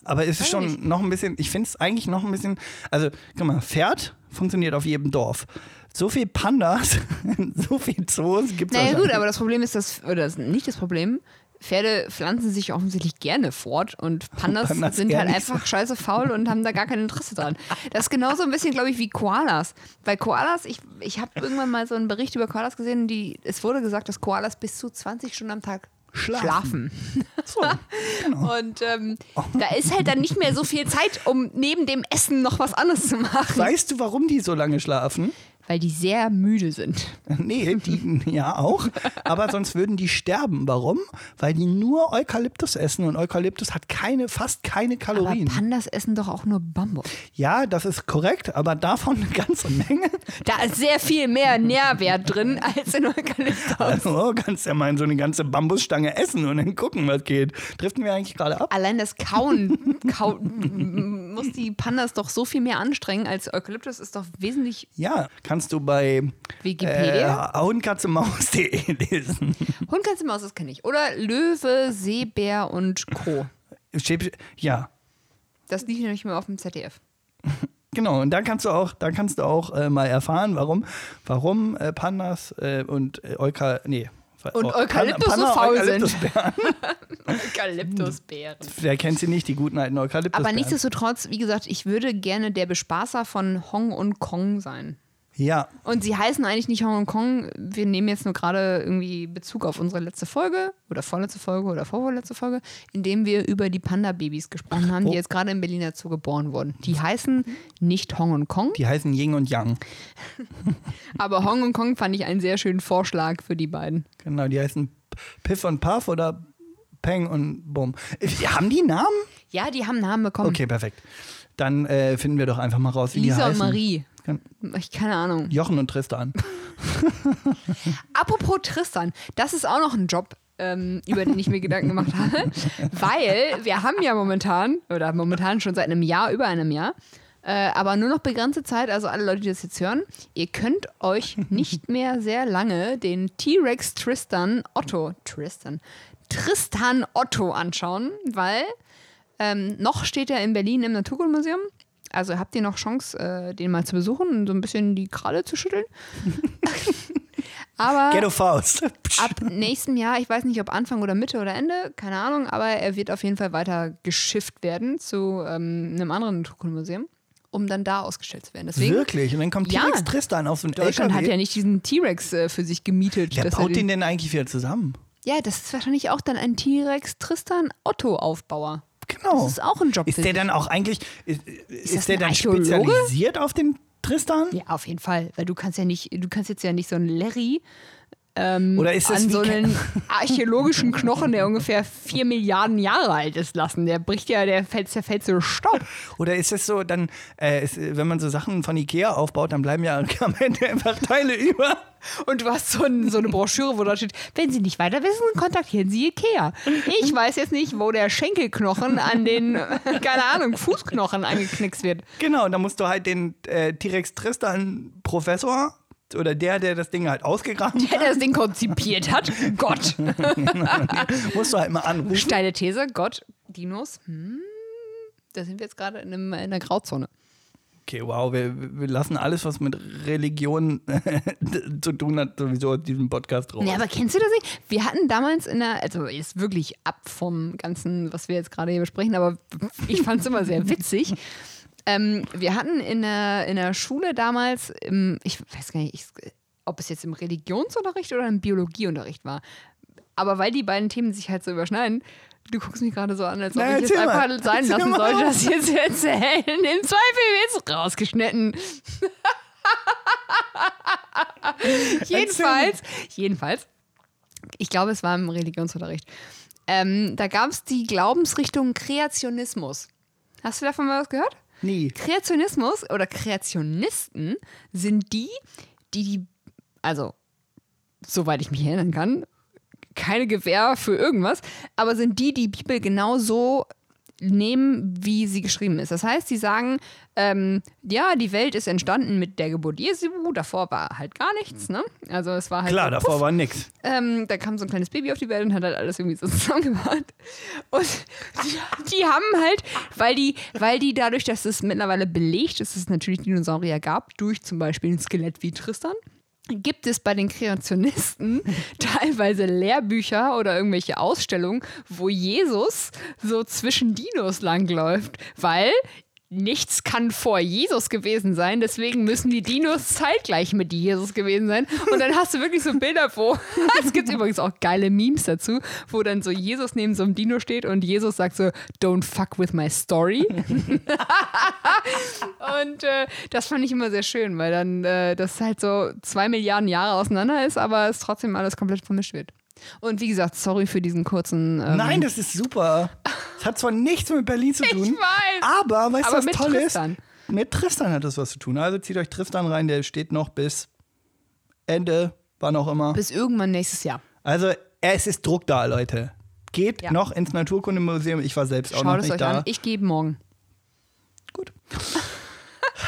aber es Weiß ist schon nicht. noch ein bisschen, ich finde es eigentlich noch ein bisschen, also guck mal, Pferd funktioniert auf jedem Dorf. So viel Pandas, so viel Zoos gibt es Naja, gut, aber das Problem ist, dass, oder das ist nicht das Problem, Pferde pflanzen sich offensichtlich gerne fort und Pandas, Pandas sind eher halt nicht einfach scheiße faul und haben da gar kein Interesse dran. Das ist genauso ein bisschen, glaube ich, wie Koalas. Bei Koalas, ich, ich habe irgendwann mal so einen Bericht über Koalas gesehen, die, es wurde gesagt, dass Koalas bis zu 20 Stunden am Tag Schlafen. schlafen. So, genau. Oh. Und ähm, da ist halt dann nicht mehr so viel Zeit, um neben dem Essen noch was anderes zu machen. weißt du, warum die so lange schlafen? Weil die sehr müde sind. Nee, die ja auch, aber sonst würden die sterben. Warum? Weil die nur Eukalyptus essen und Eukalyptus hat keine, fast keine Kalorien. Aber Pandas essen doch auch nur Bambus. Ja, das ist korrekt, aber davon eine ganze Menge. Da ist sehr viel mehr Nährwert drin als in Eukalyptus. Also kannst ja mal so eine ganze Bambusstange essen und dann gucken, was geht. Driften wir eigentlich gerade ab? Allein das Kauen, Kauen muss die Pandas doch so viel mehr anstrengen als Eukalyptus ist doch wesentlich Ja, kannst du bei Wikipedia? äh, hundkatzemaus.de lesen. Hund, Katze, Maus, das kenne ich. Oder Löwe, Seebär und Co. Steht- Ja, Das liegt nämlich mal auf dem ZDF. genau. Und da kannst du auch, da kannst du auch äh, mal erfahren, warum, warum äh, Pandas äh, und äh, Euka, nee, Und Oh, Eukalyptus Pan- so faul sind. Eukalyptusbären. Eukalyptusbären. Wer kennt sie nicht, die guten alten Eukalyptusbären? Aber nichtsdestotrotz, wie gesagt, ich würde gerne der Bespaßer von Hong und Kong sein. Ja, Und sie heißen eigentlich nicht Hongkong. Wir nehmen jetzt nur gerade irgendwie Bezug auf unsere letzte Folge oder vorletzte Folge oder vorvorletzte Folge, in dem wir über die Panda-Babys gesprochen haben, die jetzt gerade in Berlin dazu geboren wurden. Die heißen nicht Hongkong, die heißen Ying und Yang. aber Hongkong fand ich einen sehr schönen Vorschlag für die beiden. Genau, die heißen Piff und Puff oder Peng und Bum. Äh, Haben die Namen? Ja, die haben Namen bekommen. Okay, perfekt. Dann äh, finden wir doch einfach mal raus, wie die Hm. Lisa und heißen. Marie. Kann- Ich keine Ahnung. Jochen und Tristan. Apropos Tristan, das ist auch noch ein Job, ähm, über den ich mir Gedanken gemacht habe, weil wir haben ja momentan, oder momentan schon seit einem Jahr, über einem Jahr, äh, aber nur noch begrenzte Zeit, also alle Leute, die das jetzt hören, ihr könnt euch nicht mehr sehr lange den T-Rex Tristan Otto, Tristan, Tristan Otto anschauen, weil ähm, noch steht er in Berlin im Naturkundemuseum. Also habt ihr noch Chance, äh, den mal zu besuchen und so ein bisschen die Kralle zu schütteln. Aber Ghetto Faust. Psch. ab nächstem Jahr, ich weiß nicht, ob Anfang oder Mitte oder Ende, keine Ahnung, aber er wird auf jeden Fall weiter geschifft werden zu ähm, einem anderen Naturkundemuseum, um dann da ausgestellt zu werden. Deswegen, Wirklich? Und dann kommt Ja. T-Rex Tristan auf so einen Deutschland hat LKW. ja nicht diesen T-Rex äh, für sich gemietet. Wer dass er baut den denn eigentlich wieder zusammen? Ja, das ist wahrscheinlich auch dann ein T-Rex Tristan Otto Aufbauer. Genau. Das ist auch ein Job. für Ist der sich. dann auch eigentlich, ist, ist, das der ein dann Archäologe? spezialisiert auf den Tristan? ja, auf jeden Fall, weil du kannst ja nicht, du kannst jetzt ja nicht so einen Larry Oder ist das an wie so Ke- einen archäologischen Knochen, der ungefähr vier Milliarden Jahre alt ist, lassen. Der bricht ja, der fällt, zerfällt so Staub. Oder ist es so, dann, äh, ist, wenn man so Sachen von Ikea aufbaut, dann bleiben ja am Ende einfach Teile über. Und du hast so, ein, so eine Broschüre, wo da steht, wenn Sie nicht weiter wissen, kontaktieren Sie Ikea. Ich weiß jetzt nicht, wo der Schenkelknochen an den, keine Ahnung, Fußknochen angeknickst wird. Genau, und dann musst du halt den äh, T-Rex Tristan Professor oder der, der das Ding halt ausgegraben Hätte er das Ding konzipiert hat, Gott. hat, musst du halt mal anrufen. Steile These, Gott, Dinos, hm, da sind wir jetzt gerade in, einem, in einer Grauzone. Okay, wow, wir, wir lassen alles, was mit Religion zu tun hat, sowieso aus diesem Podcast raus. Ja, aber kennst du das nicht? Wir hatten damals in der, also ist wirklich ab vom Ganzen, was wir jetzt gerade hier besprechen, aber ich fand es immer sehr witzig. Ähm, wir hatten in der, in der Schule damals, im, ich weiß gar nicht, ich, ob es jetzt im Religionsunterricht oder im Biologieunterricht war. Aber weil die beiden Themen sich halt so überschneiden, du guckst mich gerade so an, als ob Na, ich jetzt erzähl mal. einfach sein Erzähl lassen mal. sollte, das jetzt zu erzählen. Im Zweifel wird's rausgeschnitten. jedenfalls, jedenfalls, ich glaube, es war im Religionsunterricht. Ähm, da gab es die Glaubensrichtung Kreationismus. Hast du davon mal was gehört? Nie. Kreationismus oder Kreationisten sind die, die die, also soweit ich mich erinnern kann, keine Gewähr für irgendwas, aber sind die, die Bibel genau so nehmen, wie sie geschrieben ist. Das heißt, sie sagen, ähm, ja, die Welt ist entstanden mit der Geburt Jesu, davor war halt gar nichts, ne? Also es war halt Klar, so, davor war nix. ähm, da kam so ein kleines Baby auf die Welt und hat halt alles irgendwie so zusammengebracht. Und die, die haben halt, weil die, weil die dadurch, dass es mittlerweile belegt ist, dass es natürlich Dinosaurier gab, durch zum Beispiel ein Skelett wie Tristan, gibt es bei den Kreationisten teilweise Lehrbücher oder irgendwelche Ausstellungen, wo Jesus so zwischen Dinos langläuft, weil nichts kann vor Jesus gewesen sein, deswegen müssen die Dinos zeitgleich mit Jesus gewesen sein. Und dann hast du wirklich so Bilder, wo es gibt übrigens auch geile Memes dazu, wo dann so Jesus neben so einem Dino steht und Jesus sagt so, don't fuck with my story. und äh, das fand ich immer sehr schön, weil dann äh, das halt so zwei Milliarden Jahre auseinander ist, aber es trotzdem alles komplett vermischt wird. Und wie gesagt, sorry für diesen kurzen. Ähm, Nein, das ist super. Es hat zwar nichts mit Berlin zu tun. weiß. Aber weißt du, Aber was mit toll Tristan. ist? Mit Tristan hat das was zu tun. Also zieht euch Tristan rein, der steht noch bis Ende, wann auch immer. Bis irgendwann nächstes Jahr. Also es ist Druck da, Leute. Geht Ja. noch ins Naturkundemuseum. Ich war selbst auch Schaut noch es nicht euch da. an. Ich gebe morgen. Gut.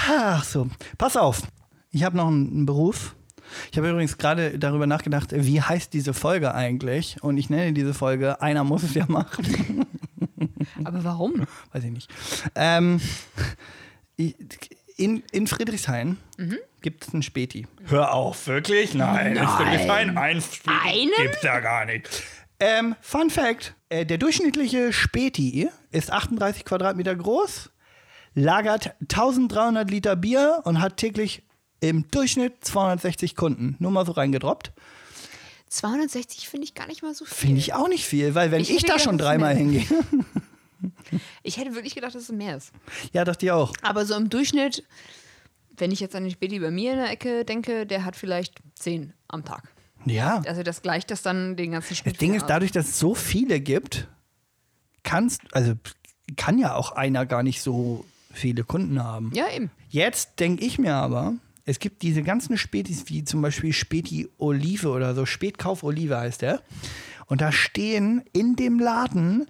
Ach so. Pass auf. Ich habe noch einen, einen Beruf. Ich habe übrigens gerade darüber nachgedacht, wie heißt diese Folge eigentlich? Und ich nenne diese Folge Einer muss es ja machen. Mhm. Aber warum? Weiß ich nicht. Ähm, ich- in, in Friedrichshain Mhm. gibt es einen Späti. Hör auf, wirklich? Nein, Nein. Friedrichshain, ein Spiel Einen? gibt's ja gar nicht. Ähm, Fun Fact: äh, Der durchschnittliche Späti ist 38 Quadratmeter groß, lagert 1300 Liter Bier und hat täglich im Durchschnitt 260 Kunden. Nur mal so reingedroppt. 260 finde ich gar nicht mal so viel. Finde ich auch nicht viel, weil wenn Ich ich, hätte da gedacht, schon das ist dreimal hingehe. Ich hätte wirklich gedacht, dass es mehr ist. Ja, dachte ich auch. Aber so im Durchschnitt, wenn ich jetzt an den Späti bei mir in der Ecke denke, der hat vielleicht 10 am Tag. Ja. Also das gleicht das dann den ganzen Schnitt. Das Ding ist, da. dadurch, dass es so viele gibt, kannst, also kann ja auch einer gar nicht so viele Kunden haben. Ja, eben. Jetzt denke ich mir aber, es gibt diese ganzen Spätis, wie zum Beispiel Späti Olive oder so, Spätkauf Olive heißt der. Und da stehen in dem Laden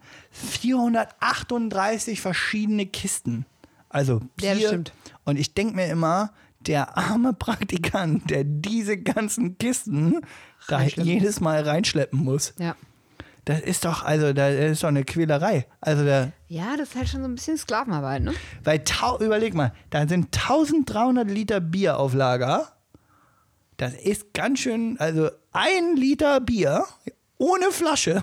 438 verschiedene Kisten. Also Ja, Bier. das stimmt. Und ich denke mir immer, der arme Praktikant, der diese ganzen Kisten da Reinschleppen. jedes Mal reinschleppen muss, Ja. das ist doch, also, das ist doch eine Quälerei. Also da, ja, das ist halt schon so ein bisschen Sklavenarbeit, ne? weil, tau- überleg mal, da sind 1300 Liter Bier auf Lager. Das ist ganz schön, also ein Liter Bier ohne Flasche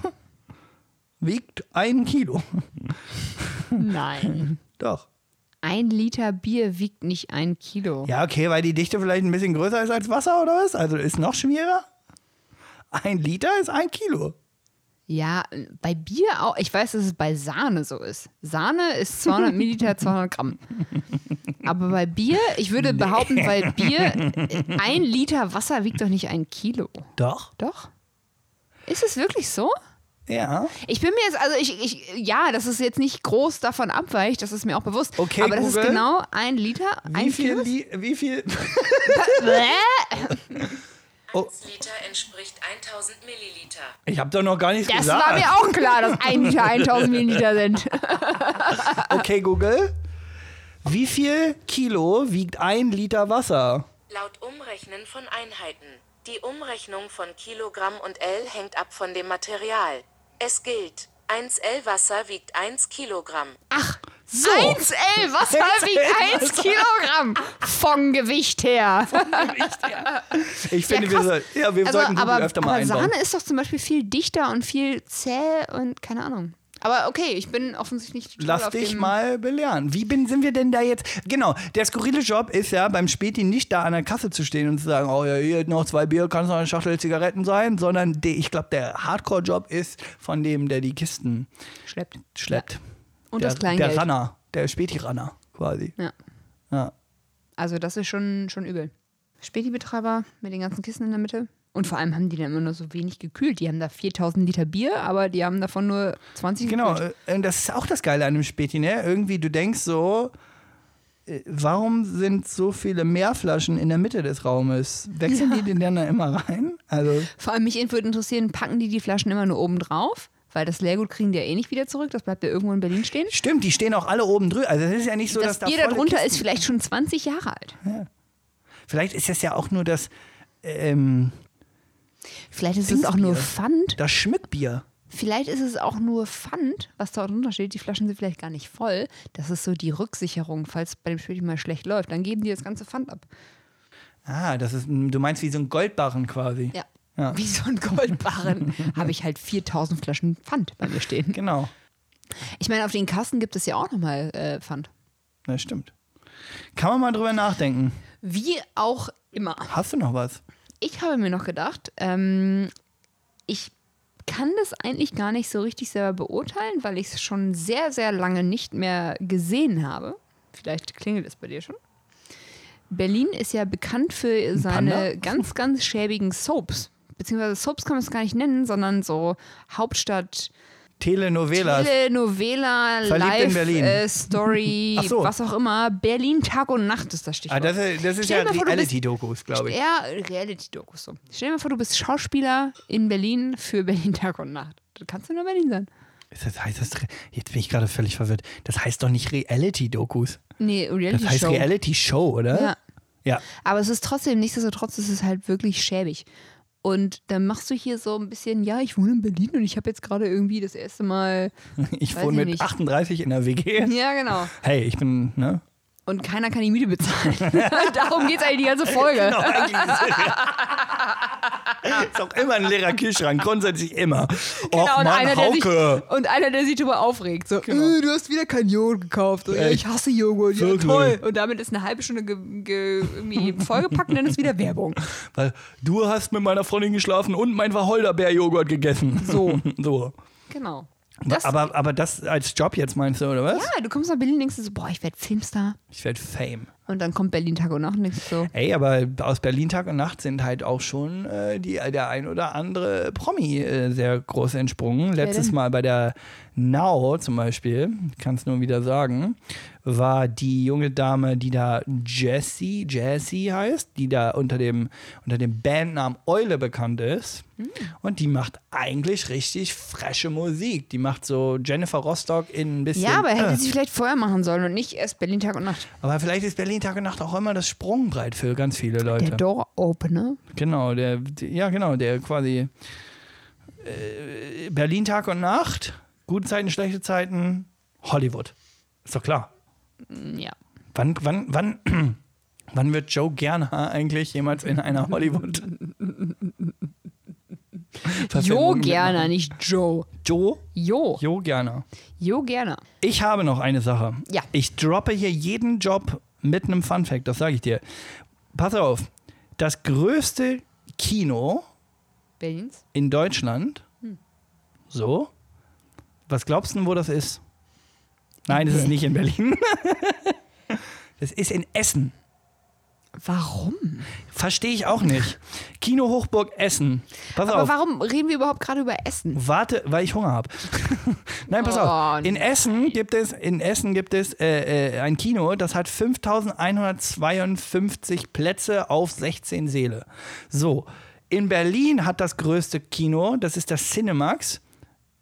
wiegt ein Kilo. Nein. Doch. Ein Liter Bier wiegt nicht ein Kilo. Ja, okay, weil die Dichte vielleicht ein bisschen größer ist als Wasser oder was? Also ist noch schwerer. Ein Liter ist ein Kilo. Ja, bei Bier auch. Ich weiß, dass es bei Sahne so ist. Sahne ist 200 Milliliter, 200 Gramm. Aber bei Bier, ich würde behaupten, bei Bier, äh, ein Liter Wasser wiegt doch nicht ein Kilo. Doch. Doch? Ist es wirklich so? Ja. Ich bin mir jetzt, also ich, ich ja, dass es jetzt nicht groß davon abweicht, das ist mir auch bewusst. Okay, aber das ist Google. genau ein Liter, ein Wie viel, Kilo. Li- wie viel? Bäh. 1 Liter entspricht 1000 Milliliter. Ich habe doch noch gar nichts Das gesagt. war mir auch klar, dass ein Liter 1000 Milliliter sind. Okay, Google. Wie viel Kilo wiegt ein Liter Wasser? Laut Umrechnen von Einheiten. Die Umrechnung von Kilogramm und L hängt ab von dem Material. Es gilt, 1 L Wasser wiegt 1 Kilogramm. Ach, so. 1L, Wasser 1L wiegt 1 Kilogramm. Vom Gewicht her. Ich finde, wir, krass. soll, ja, wir Also, sollten Google aber, öfter mal aber einbauen. Sahne ist doch zum Beispiel viel dichter und viel zäh und keine Ahnung. Aber okay, ich bin offensichtlich nicht total Lass auf dich dem mal belehren. Wie bin, sind wir denn da jetzt? Genau, der skurrile Job ist ja beim Späti nicht da an der Kasse zu stehen und zu sagen, oh ja, hier noch zwei Bier, kann es noch eine Schachtel Zigaretten sein, sondern de, ich glaube, der Hardcore-Job ist von dem, der die Kisten schleppt. schleppt. Und der, das Kleingeld. Der Runner, der Späti-Runner quasi. Ja. Ja. Also das ist schon, schon übel. Späti-Betreiber mit den ganzen Kissen in der Mitte. Und vor allem haben die dann immer nur so wenig gekühlt. Die haben da 4000 Liter Bier, aber die haben davon nur 20 Genau, gekühlt. äh, und das ist auch das Geile an dem Späti, ne? Irgendwie, du denkst so, äh, warum sind so viele Meerflaschen in der Mitte des Raumes? Wechseln die den dann da immer rein? Also, Vor allem mich würde interessieren, packen die die Flaschen immer nur oben drauf? Weil das Leergut kriegen die ja eh nicht wieder zurück. Das bleibt ja irgendwo in Berlin stehen. stimmt, die stehen auch alle oben drüber. Also, es ist ja nicht so, das dass Bier da da volle drunter Kisten- ist vielleicht schon 20 Jahre alt. Vielleicht ist das ja auch nur das, ähm, Vielleicht ist es auch nur Pfand. das Schmückbier. Vielleicht ist es auch nur Pfand, was da drunter steht. Die Flaschen sind vielleicht gar nicht voll. Das ist so die Rücksicherung, falls bei dem Spiel mal schlecht läuft. Dann geben die das ganze Pfand ab. Ah, das ist, ein- du meinst wie so ein Goldbarren quasi. Ja. Ja. Wie so ein Goldbarren habe ich halt 4000 Flaschen Pfand bei mir stehen. Genau, Ich meine, auf den Kassen gibt es ja auch nochmal äh, Pfand. das stimmt. Kann man mal drüber nachdenken. Wie auch immer. Hast du noch was? Ich habe mir noch gedacht, ähm, ich kann das eigentlich gar nicht so richtig selber beurteilen, weil ich es schon sehr, sehr lange nicht mehr gesehen habe. Vielleicht klingelt es bei dir schon. Berlin ist ja bekannt für Panda? seine ganz, ganz schäbigen Soaps. Beziehungsweise Soaps kann man es gar nicht nennen, sondern so Hauptstadt, Telenovelas. Telenovela, Verliebt in Berlin. Live-Story, Ach so. äh, was auch immer. Berlin Tag und Nacht ist das Stichwort. ah, das, ist- das ist Stell ja dir mal vor, du bist- Reality-Dokus, glaube ich. Ja, Reality-Dokus. So. Stell dir mal vor, du bist Schauspieler in Berlin für Berlin Tag und Nacht. Du kannst ja nur Berlin sein. Ist Das heißt, das, jetzt bin ich gerade völlig verwirrt. Das heißt doch nicht Reality-Dokus. Nee, Das heißt Reality-Show. Reality-Show, oder? Ja. Ja. Aber es ist trotzdem, nichtsdestotrotz ist es halt wirklich schäbig. Und dann machst du hier so ein bisschen, ja, ich wohne in Berlin und ich habe jetzt gerade irgendwie das erste Mal. Ich Weiß wohne ich mit nicht. 38 in der WG. Ja, genau. Hey, ich bin, ne? Und keiner kann die Miete bezahlen. Darum geht es eigentlich die ganze Folge. Genau, eigentlich ist, ist auch immer ein leerer Kühlschrank, grundsätzlich immer. Och Genau, und, Mann, einer, der sich, Hauke. Genau. und einer, der sich drüber aufregt. So, äh, du hast wieder keinen Joghurt gekauft. So, ja, Echt? ich hasse Joghurt. Ja, Wirklich? toll. Und damit ist eine halbe Stunde ge ge irgendwie vollgepackt und dann ist wieder Werbung. Weil du hast mit meiner Freundin geschlafen und mein Wacholderbeer-Joghurt gegessen. So. so. Genau. Das, aber, aber das als Job jetzt meinst du, oder was? ja, du kommst nach Berlin und denkst dir so, boah, ich werde Filmstar. Ich werde Fame. Und dann kommt Berlin Tag und Nacht und denkst dir so, Ey, aber aus Berlin Tag und Nacht sind halt auch schon äh, die, der ein oder andere Promi äh, sehr groß entsprungen. Letztes denn? Mal bei der Now zum Beispiel, kann es nur wieder sagen, war die junge Dame, die da Jessie, Jessie heißt, die da unter dem, unter dem Bandnamen Eule bekannt ist. Hm. Und die macht eigentlich richtig frische Musik. Die macht so Jennifer Rostock in ein bisschen. ja, aber hätte äh, sie vielleicht vorher machen sollen und nicht erst Berlin Tag und Nacht. aber vielleicht ist Berlin Tag und Nacht auch immer das Sprungbrett für ganz viele Leute. Der Door-Opener. Genau, der, die- ja, genau, der quasi äh, Berlin Tag und Nacht, gute Zeiten, schlechte Zeiten, Hollywood. Ist doch klar. Ja. Wann, wann, wann, wann wird Joe Gernha eigentlich jemals in einer Hollywood? Jo Verfilmung Gerner, mitmachen? nicht Joe. Joe? Jo. Jo Gerner. Jo Gerner. Ich habe noch eine Sache. Ja. Ich droppe hier jeden Job mit einem Fun Fact, das sage ich dir. Pass auf, das größte Kino Berlins. in Deutschland. So. Was glaubst du, denn, wo das ist? Nein, es ist nicht in Berlin. Das ist in Essen. Warum? Verstehe ich auch nicht. Kino Hochburg Essen. Pass Aber auf. warum reden wir überhaupt gerade über Essen? Warte, weil ich Hunger habe. nein, pass Oh, auf. In Essen gibt es, in Essen gibt es äh, äh, ein Kino, das hat 5152 Plätze auf 16 Seele. So, in Berlin hat das größte Kino, das ist das Cinemax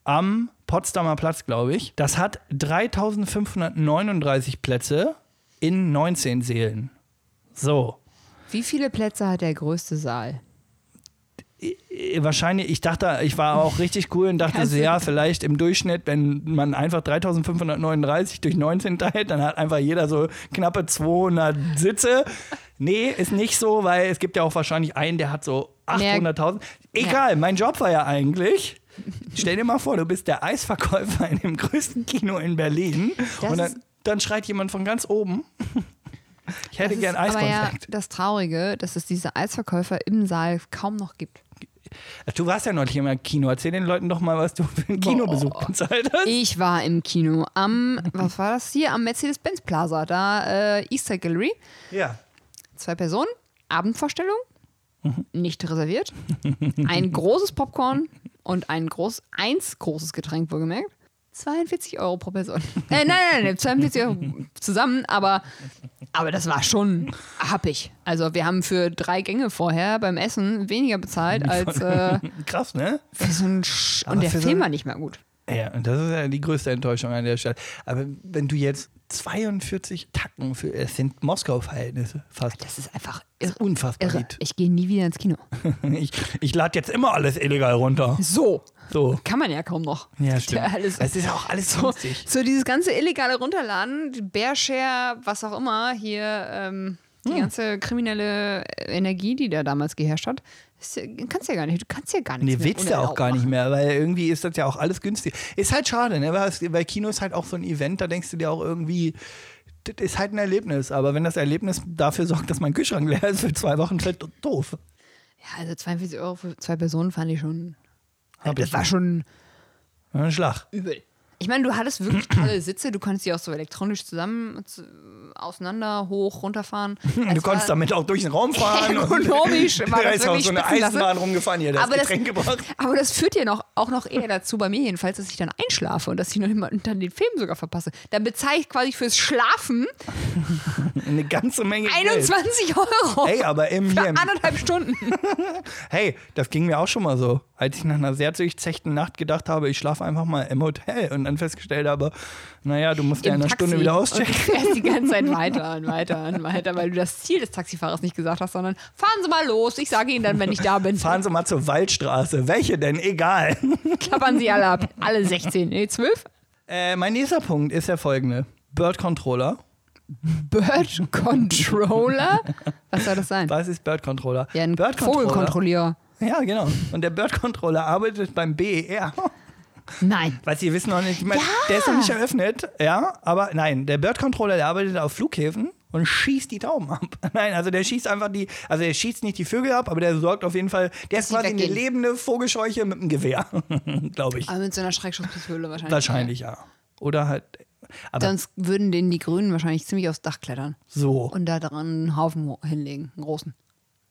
am Potsdamer Platz, glaube ich. Das hat 3539 Plätze in 19 Seelen. So. Wie viele Plätze hat der größte Saal? Äh, wahrscheinlich, ich dachte, ich war auch richtig cool und dachte, Also- so, ja, vielleicht im Durchschnitt, wenn man einfach 3539 durch 19 teilt, dann hat einfach jeder so knappe 200 Sitze. Nee, ist nicht so, weil es gibt ja auch wahrscheinlich einen, der hat so 800.000. Egal, mein Job war ja eigentlich, Stell dir mal vor, du bist der Eisverkäufer in dem größten Kino in Berlin Das und ist- dann, dann schreit jemand von ganz oben. Ich hätte Das gern ist aber ja Eiskonfekt. das Traurige, dass es diese Eisverkäufer im Saal kaum noch gibt. Du warst ja neulich im Kino. Erzähl den Leuten doch mal, was du für einen Kinobesuch bezahlt hast. Ich war im Kino am, was war das hier, am Mercedes-Benz Plaza, da äh, Easter Gallery. Ja. Zwei Personen, Abendvorstellung, Mhm. nicht reserviert, ein großes Popcorn und ein groß, eins großes Getränk, wohlgemerkt. 42 Euro pro Person. Äh, nein, nein, nein, 42 Euro zusammen, aber, aber das war schon happig. Also wir haben für drei Gänge vorher beim Essen weniger bezahlt als äh, Krass, ne? für so einen Sch Aber Und der für so Film ein- war nicht mehr gut. Ja, und das ist ja die größte Enttäuschung an der Stelle. Aber wenn du jetzt 42 Tacken für, es sind Moskau-Verhältnisse fast. Das ist einfach Das ist irre. unfassbar irre. lieb. Ich gehe nie wieder ins Kino. Ich, ich lade jetzt immer alles illegal runter. So. So. Kann man ja kaum noch. Ja, stimmt. Ja, alles- es ist ja auch alles so, günstig. so dieses ganze illegale Runterladen, die Bearshare, was auch immer, hier ähm, die Hm. ganze kriminelle Energie, die da damals geherrscht hat, ist, ja- kannst ja gar nicht. Du kannst ja gar nicht. Nee, willst du auch gar nicht mehr, weil irgendwie ist das ja auch alles günstig. Ist halt schade, ne? Weil, es- weil Kino ist halt auch so ein Event, da denkst du dir auch irgendwie, das ist halt ein Erlebnis. Aber wenn das Erlebnis dafür sorgt, dass mein Kühlschrank leer ist für zwei Wochen, vielleicht doof. Ja, also 42 Euro für zwei Personen fand ich schon. äh, Hab das ich war schon Ein Schlag. übel. Ich meine, du hattest wirklich tolle Sitze, du konntest die auch so elektronisch zusammen zu, auseinander, hoch, runterfahren. du konntest damit auch durch den Raum fahren. Ökonomisch und, war da das ist auch wirklich so eine Spitzenklasse. Eisenbahn rumgefahren, hier das aber, das, Getränk gebracht. aber das führt ja noch, auch noch eher dazu, bei mir jedenfalls, dass ich dann einschlafe und dass ich noch immer, und dann den Film sogar verpasse. Dann bezahle ich quasi fürs Schlafen Eine ganze Menge Geld. 21 Euro. Hey, aber im für hier im- anderthalb Stunden. Hey, das ging mir auch schon mal so, als ich nach einer sehr durchzechten Nacht gedacht habe, ich schlafe einfach mal im Hotel und dann festgestellt habe, naja, du musst ja Im in einer Taxi. Stunde wieder auschecken. Und du fährst die ganze Zeit weiter und weiter und weiter, weil du das Ziel des Taxifahrers nicht gesagt hast, sondern fahren Sie mal los, ich sage Ihnen dann, wenn ich da bin. Fahren Sie mal zur Waldstraße. Welche denn? Egal. Klappern Sie alle ab. Alle 16, nee, 12. Äh, mein nächster Punkt ist der folgende. Bird Controller. Bird Controller? Was soll das sein? Was ist Bird Controller? Ja, ein Bird Controller. Vogelkontrollierer. Ja, genau. Und der Bird Controller arbeitet beim E BER. Nein. Was Sie wissen noch nicht, ich meine, Ja. der ist noch nicht eröffnet, ja, aber nein, der Bird Controller, der arbeitet auf Flughäfen und schießt die Tauben ab. Nein, also der schießt einfach die, also der schießt nicht die Vögel ab, aber der sorgt auf jeden Fall, der ist die quasi eine weggehen. Ah, lebende Vogelscheuche mit einem Gewehr, glaube ich. Aber mit so einer Schreckschusspistole wahrscheinlich. Wahrscheinlich ja. Oder halt, aber Sonst würden denen die Grünen wahrscheinlich ziemlich aufs Dach klettern so, und da dran einen Haufen ho- hinlegen, einen großen.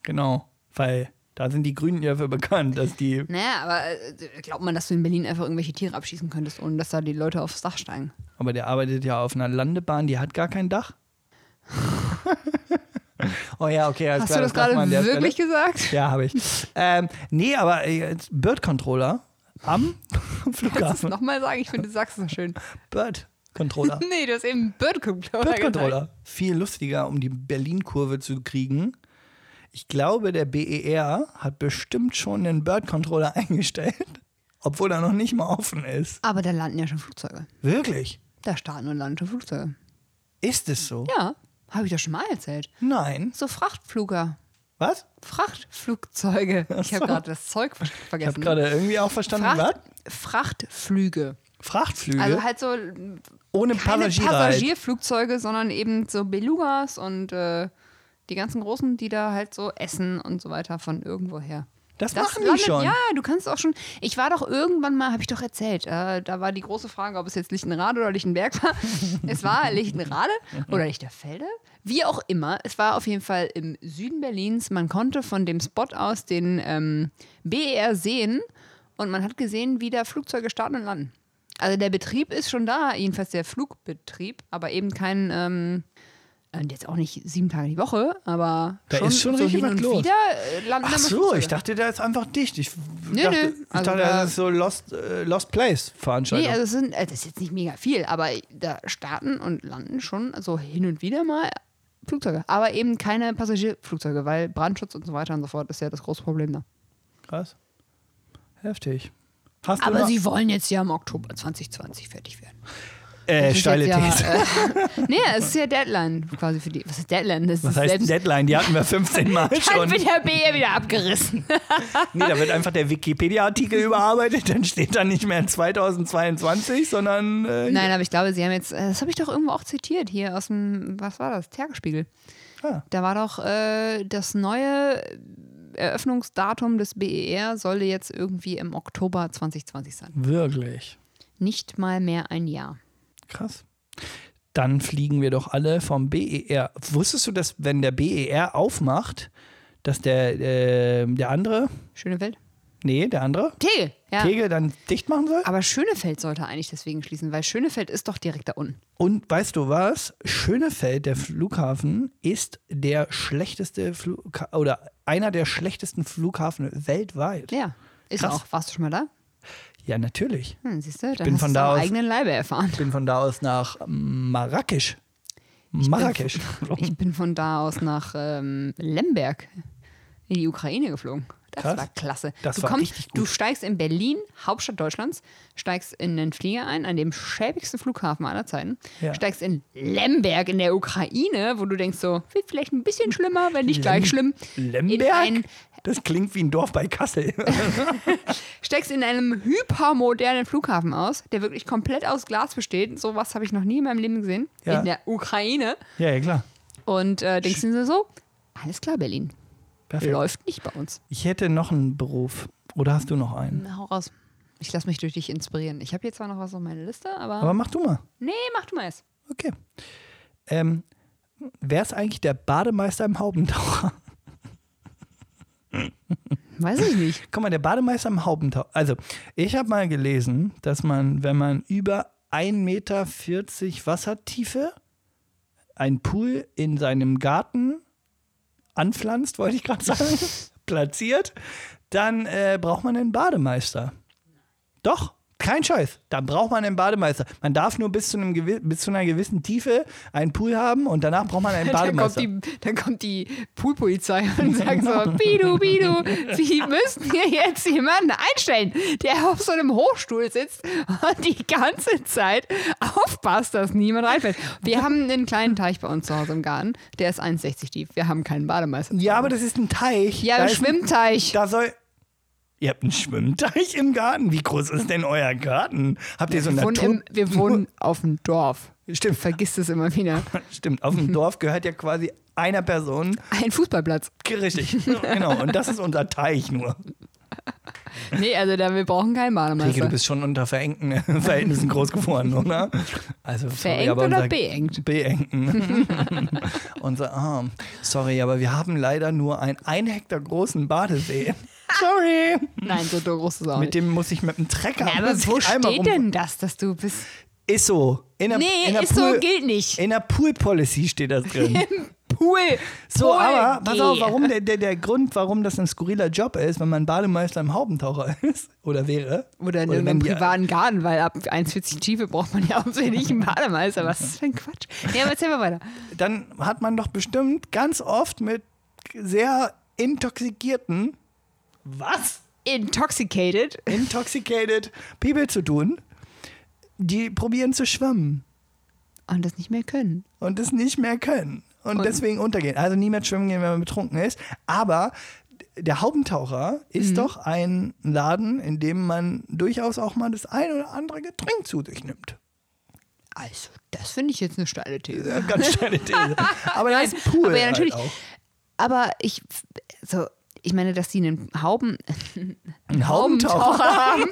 genau, weil da sind die Grünen ja für bekannt, dass die, Naja, aber äh, glaubt man, dass du in Berlin einfach irgendwelche Tiere abschießen könntest, ohne dass da die Leute aufs Dach steigen? aber der arbeitet ja auf einer Landebahn, die hat gar kein Dach. oh ja, okay, alles Hast klar, du das darf gerade man an der wirklich Stelle. gesagt? Ja, habe ich. Ähm, nee, aber äh, Bird Controller am Kannst du es Flughafen. nochmal sagen? Ich finde, du sagst es so schön. Bird Controller. Nee, du hast eben Bird Controller Bird gesagt. Controller. Viel lustiger, um die Berlin-Kurve zu kriegen. Ich glaube, der BER hat bestimmt schon den Bird Controller eingestellt, obwohl er noch nicht mal offen ist. Aber da landen ja schon Flugzeuge. Wirklich? Da starten und landen schon Flugzeuge. Ist es so? Ja, habe ich doch schon mal erzählt. Nein. So Frachtfluger. Was? Frachtflugzeuge. Ich habe gerade das Zeug ver- Ich habe vergessen. gerade irgendwie auch verstanden, Fracht, Frachtflüge. was? Frachtflüge Also halt so ohne keine Passagiere. halt. Passagierflugzeuge, sondern eben so Belugas und äh, die ganzen großen, die da halt so essen und so weiter von irgendwoher. Das machen die landet- schon. Ja, du kannst auch schon. Ich war doch irgendwann mal, habe ich doch erzählt, äh, da war die große Frage, ob es jetzt Lichtenrade oder Lichtenberg war. es war Lichtenrade oder Lichterfelde. Wie auch immer, es war auf jeden Fall im Süden Berlins. Man konnte von dem Spot aus den ähm, BER sehen und man hat gesehen, wie da Flugzeuge starten und landen. Also der Betrieb ist schon da, jedenfalls der Flugbetrieb, aber eben kein, ähm, und jetzt auch nicht sieben Tage die Woche, aber Da schon, ist schon so richtig hin was und los. wieder äh, landen da Ach mal so, Flugzeuge. ich dachte, der ist einfach dicht. Ich Nö, dachte, nö. Ich Also dachte da- das ist so Lost, äh, Lost Place Veranstaltung. Nee, also es sind, äh, das ist jetzt nicht mega viel, aber da starten und landen schon so hin und wieder mal Flugzeuge. Aber eben keine Passagierflugzeuge, weil Brandschutz und so weiter und so fort ist ja das große Problem da. Krass. Heftig. Hast also- du Aber noch- sie wollen jetzt ja im Oktober 2020 fertig werden. Äh, Das ist steile jetzt These. Ja, äh, nee, es ist ja Deadline quasi für die. Was ist Deadline? Das Was ist heißt selbst, Deadline? Die hatten wir 15 Mal Dann schon. wird der B ja wieder abgerissen. Nee, da wird einfach der Wikipedia-Artikel überarbeitet, dann steht da nicht mehr 2022, sondern äh, Nein, aber ich glaube, sie haben jetzt, äh, das habe ich doch irgendwo auch zitiert, hier aus dem, was war das? Tagesspiegel. Ah. Da war doch äh, das neue Eröffnungsdatum des BER solle jetzt irgendwie im Oktober 2020 sein. wirklich. Nicht mal mehr ein Jahr. Krass. Dann fliegen wir doch alle vom BER. Wusstest du, dass wenn der BER aufmacht, dass der, äh, der andere, Schönefeld? nee, der andere, Tegel. Ja. Tegel dann dicht machen soll? Aber Schönefeld sollte eigentlich deswegen schließen, weil Schönefeld ist doch direkt da unten. Und weißt du was? Schönefeld, der Flughafen, ist der schlechteste Flughafen oder einer der schlechtesten Flughafen weltweit. Ja. Ist Krass. auch. Warst du schon mal da? Ja, natürlich. Hm, siehst du, dann bin hast von du da am aus- eigenen Leibe erfahren. Ich bin von da aus nach Marrakesch. Marrakesch. Ich bin von da aus nach ähm, Lemberg in die Ukraine geflogen. Das Krass. war klasse. Das du war kommst, richtig gut. du steigst in Berlin, Hauptstadt Deutschlands, steigst in den Flieger ein, an dem schäbigsten Flughafen aller Zeiten, Ja. steigst in Lemberg in der Ukraine, wo du denkst so, wird vielleicht ein bisschen schlimmer, wenn nicht gleich schlimm. in Lemberg? ein- Das klingt wie ein Dorf bei Kassel. steigst in einem hypermodernen Flughafen aus, der wirklich komplett aus Glas besteht. Sowas habe ich noch nie in meinem Leben gesehen. Ja. In der Ukraine. ja, ja, klar. Und äh, denkst du dir so, alles klar, Berlin. Perfekt. Läuft nicht bei uns. Ich hätte noch einen Beruf. Oder hast du noch einen? Na, hau raus. Ich lasse mich durch dich inspirieren. Ich habe hier zwar noch was auf meiner Liste, aber. Aber mach du mal. nee, mach du mal es. Okay. Ähm, Wer ist eigentlich der Bademeister im Haubentaucher? Weiß ich nicht. Guck mal, der Bademeister im Haubentau. Also, ich habe mal gelesen, dass man, wenn man über 1,40 Meter Wassertiefe einen Pool in seinem Garten anpflanzt, wollte ich gerade sagen, platziert, dann äh, braucht man einen Bademeister. Doch, kein Scheiß. Dann braucht man einen Bademeister. Man darf nur bis zu, einem gewi bis zu einer gewissen Tiefe einen Pool haben und danach braucht man einen Dann kommt, Bademeister. Genau. die, dann kommt die Poolpolizei und sagt so: Bidu, Bidu, Sie müssen hier jetzt jemanden einstellen, der auf so einem Hochstuhl sitzt und die ganze Zeit aufpasst, dass niemand reinfällt. Wir haben einen kleinen Teich bei uns zu Hause im Garten, der ist 1,60 tief. Wir haben keinen Bademeister. Ja, aber das ist ein Teich. Ja, Da im ist ein Schwimmteich. Da soll. Ihr habt einen Schwimmteich im Garten. Wie groß ist denn euer Garten? Habt ihr so einen Wir wohnen, Natur? im, wir wohnen auf dem Dorf. Stimmt. Vergiss es immer wieder. Stimmt, auf dem Dorf gehört ja quasi einer Person. Ein Fußballplatz. Richtig. genau. Und das ist unser Teich nur. Nee, also da, wir brauchen keinen Rieke, du Bademeister. bist schon unter verengten Verhältnissen groß geworden, oder? Also, sorry, Verengt aber oder unser- beengt? Beengten. unser Arm. Sorry, aber wir haben leider nur einen ein Hektar großen Badesee. Sorry. Nein, so groß ist auch nicht. Mit dem muss ich mit dem Trecker. Na, aber muss ich wo einmal steht rum- denn das, dass du bist? Ist so. In der, Nee, in der ist so, Pool- gilt nicht. In der Pool Policy steht das drin. Pool. so, Pool, aber pass geh. auf, warum der, der, der Grund, warum das ein skurriler Job ist, wenn man Bademeister im Haubentaucher ist oder wäre. Oder in wenn einem die- privaten Garten, weil ab 1,40 Tiefe braucht man ja hauptsächlich einen Bademeister. Was ist das für ein Quatsch? Ja, aber erzähl mal weiter. Dann hat man doch bestimmt ganz oft mit sehr intoxikierten, was? Intoxicated. Intoxicated People zu tun, die probieren zu schwimmen Und das nicht mehr können. und es nicht mehr können und, Und- deswegen untergehen. Also niemand schwimmen gehen, wenn man betrunken ist. Aber der Haubentaucher Mhm. ist doch ein Laden, in dem man durchaus auch mal das ein oder andere Getränk zu sich nimmt. Also, das finde ich jetzt eine steile These. Ganz steile These. Aber da ist ein Pool. aber ja, halt natürlich. auch. Aber ich, so, ich meine, dass die einen Hauben, Ein Haubentaucher. haben,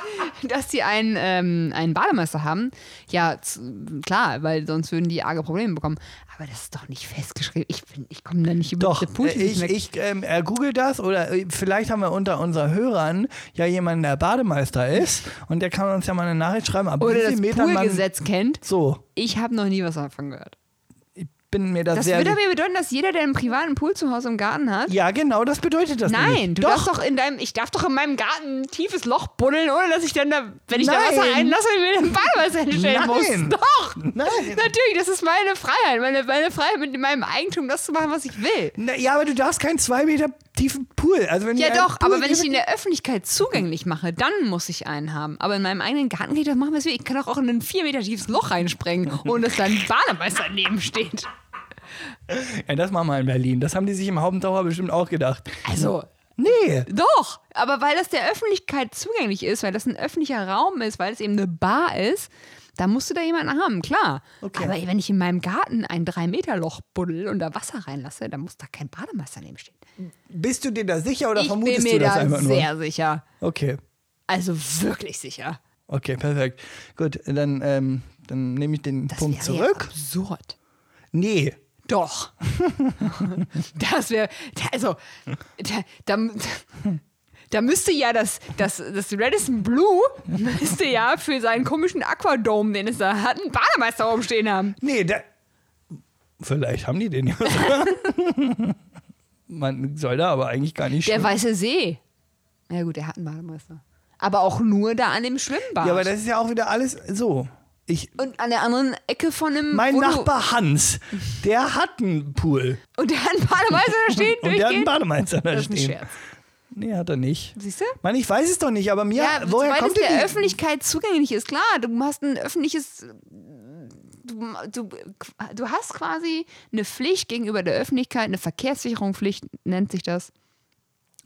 dass die einen, ähm, einen Bademeister haben. Ja, z- klar, weil sonst würden die arge Probleme bekommen. Aber das ist doch nicht festgeschrieben. Ich, bin- ich komme da nicht über Doch, diese Punkte äh, ich, hinweg. ich ähm, äh, google das oder äh, vielleicht haben wir unter unseren Hörern ja jemanden, der Bademeister ist und der kann uns ja mal eine Nachricht schreiben. Ab wie Oder viel das Meter man- Poolgesetz kennt. So, Ich habe noch nie was davon gehört. ich bin mir da Das sehr würde aber bedeuten, dass jeder, der einen privaten Pool zu Hause im Garten hat, Ja, genau, das bedeutet das Nein, nämlich. du darfst doch in deinem, ich darf doch in meinem Garten ein tiefes Loch buddeln, ohne dass ich dann da, wenn ich Nein. da Wasser einlasse, mir den Badewasser hinstellen Nein. muss. Doch! Nein. Natürlich, das ist meine Freiheit, meine, meine Freiheit mit meinem Eigentum, das zu machen, was ich will. Na, ja, aber du darfst kein 2 Meter tiefen Pool. Also wenn Ja, ihr- doch, Pool aber wenn ich gibt- ihn der Öffentlichkeit zugänglich mache, dann muss ich einen haben. Aber in meinem eigenen Garten kann ich doch machen, was ich will. Ich kann doch auch in ein vier Meter tiefes Loch reinsprengen, ohne dass da ein Bademeister neben steht. Ja, das machen wir in Berlin. Das haben die sich im Haubentaucher bestimmt auch gedacht. Also, Nee. doch, aber weil das der Öffentlichkeit zugänglich ist, weil das ein öffentlicher Raum ist, weil es eben eine Bar ist, da musst du da jemanden haben, klar. Okay. Aber wenn ich in meinem Garten ein drei Meter Loch buddel und da Wasser reinlasse, dann muss da kein Bademeister neben stehen. Bist du dir da sicher oder ich bin vermutest mir du das da einfach sehr sicher. nur? Okay. Also wirklich sicher. Okay, perfekt. Gut, dann, ähm, dann nehme ich den Das Punkt wäre zurück. Ja absurd. Nee. Doch. das wäre, also, da, da, da müsste ja das, das, das Redison Blue müsste ja für seinen komischen Aquadome, den es da hat, einen Bademeister rumstehen haben. Nee, da. Vielleicht haben die den ja. Man soll da aber eigentlich gar nicht Der schwimmen. Weiße See. Ja gut, der hat einen Bademeister. Aber auch nur da an dem Schwimmbad. Ja, aber das ist ja auch wieder alles so. Ich, und an der anderen Ecke von einem... mein wo du- Nachbar Hans, der hat einen Pool. Und der hat einen Bademeister da steht Und der hat einen Bademeister da Das ist ein stehen. Scherz. Nee, hat er nicht. Siehst du? Mann, ich weiß es doch nicht, aber mir, Ja, woher weil kommt es der denn die? Öffentlichkeit zugänglich ist, klar. Du hast ein öffentliches. Du, du, du hast quasi eine Pflicht gegenüber der Öffentlichkeit, eine Verkehrssicherungspflicht nennt sich das.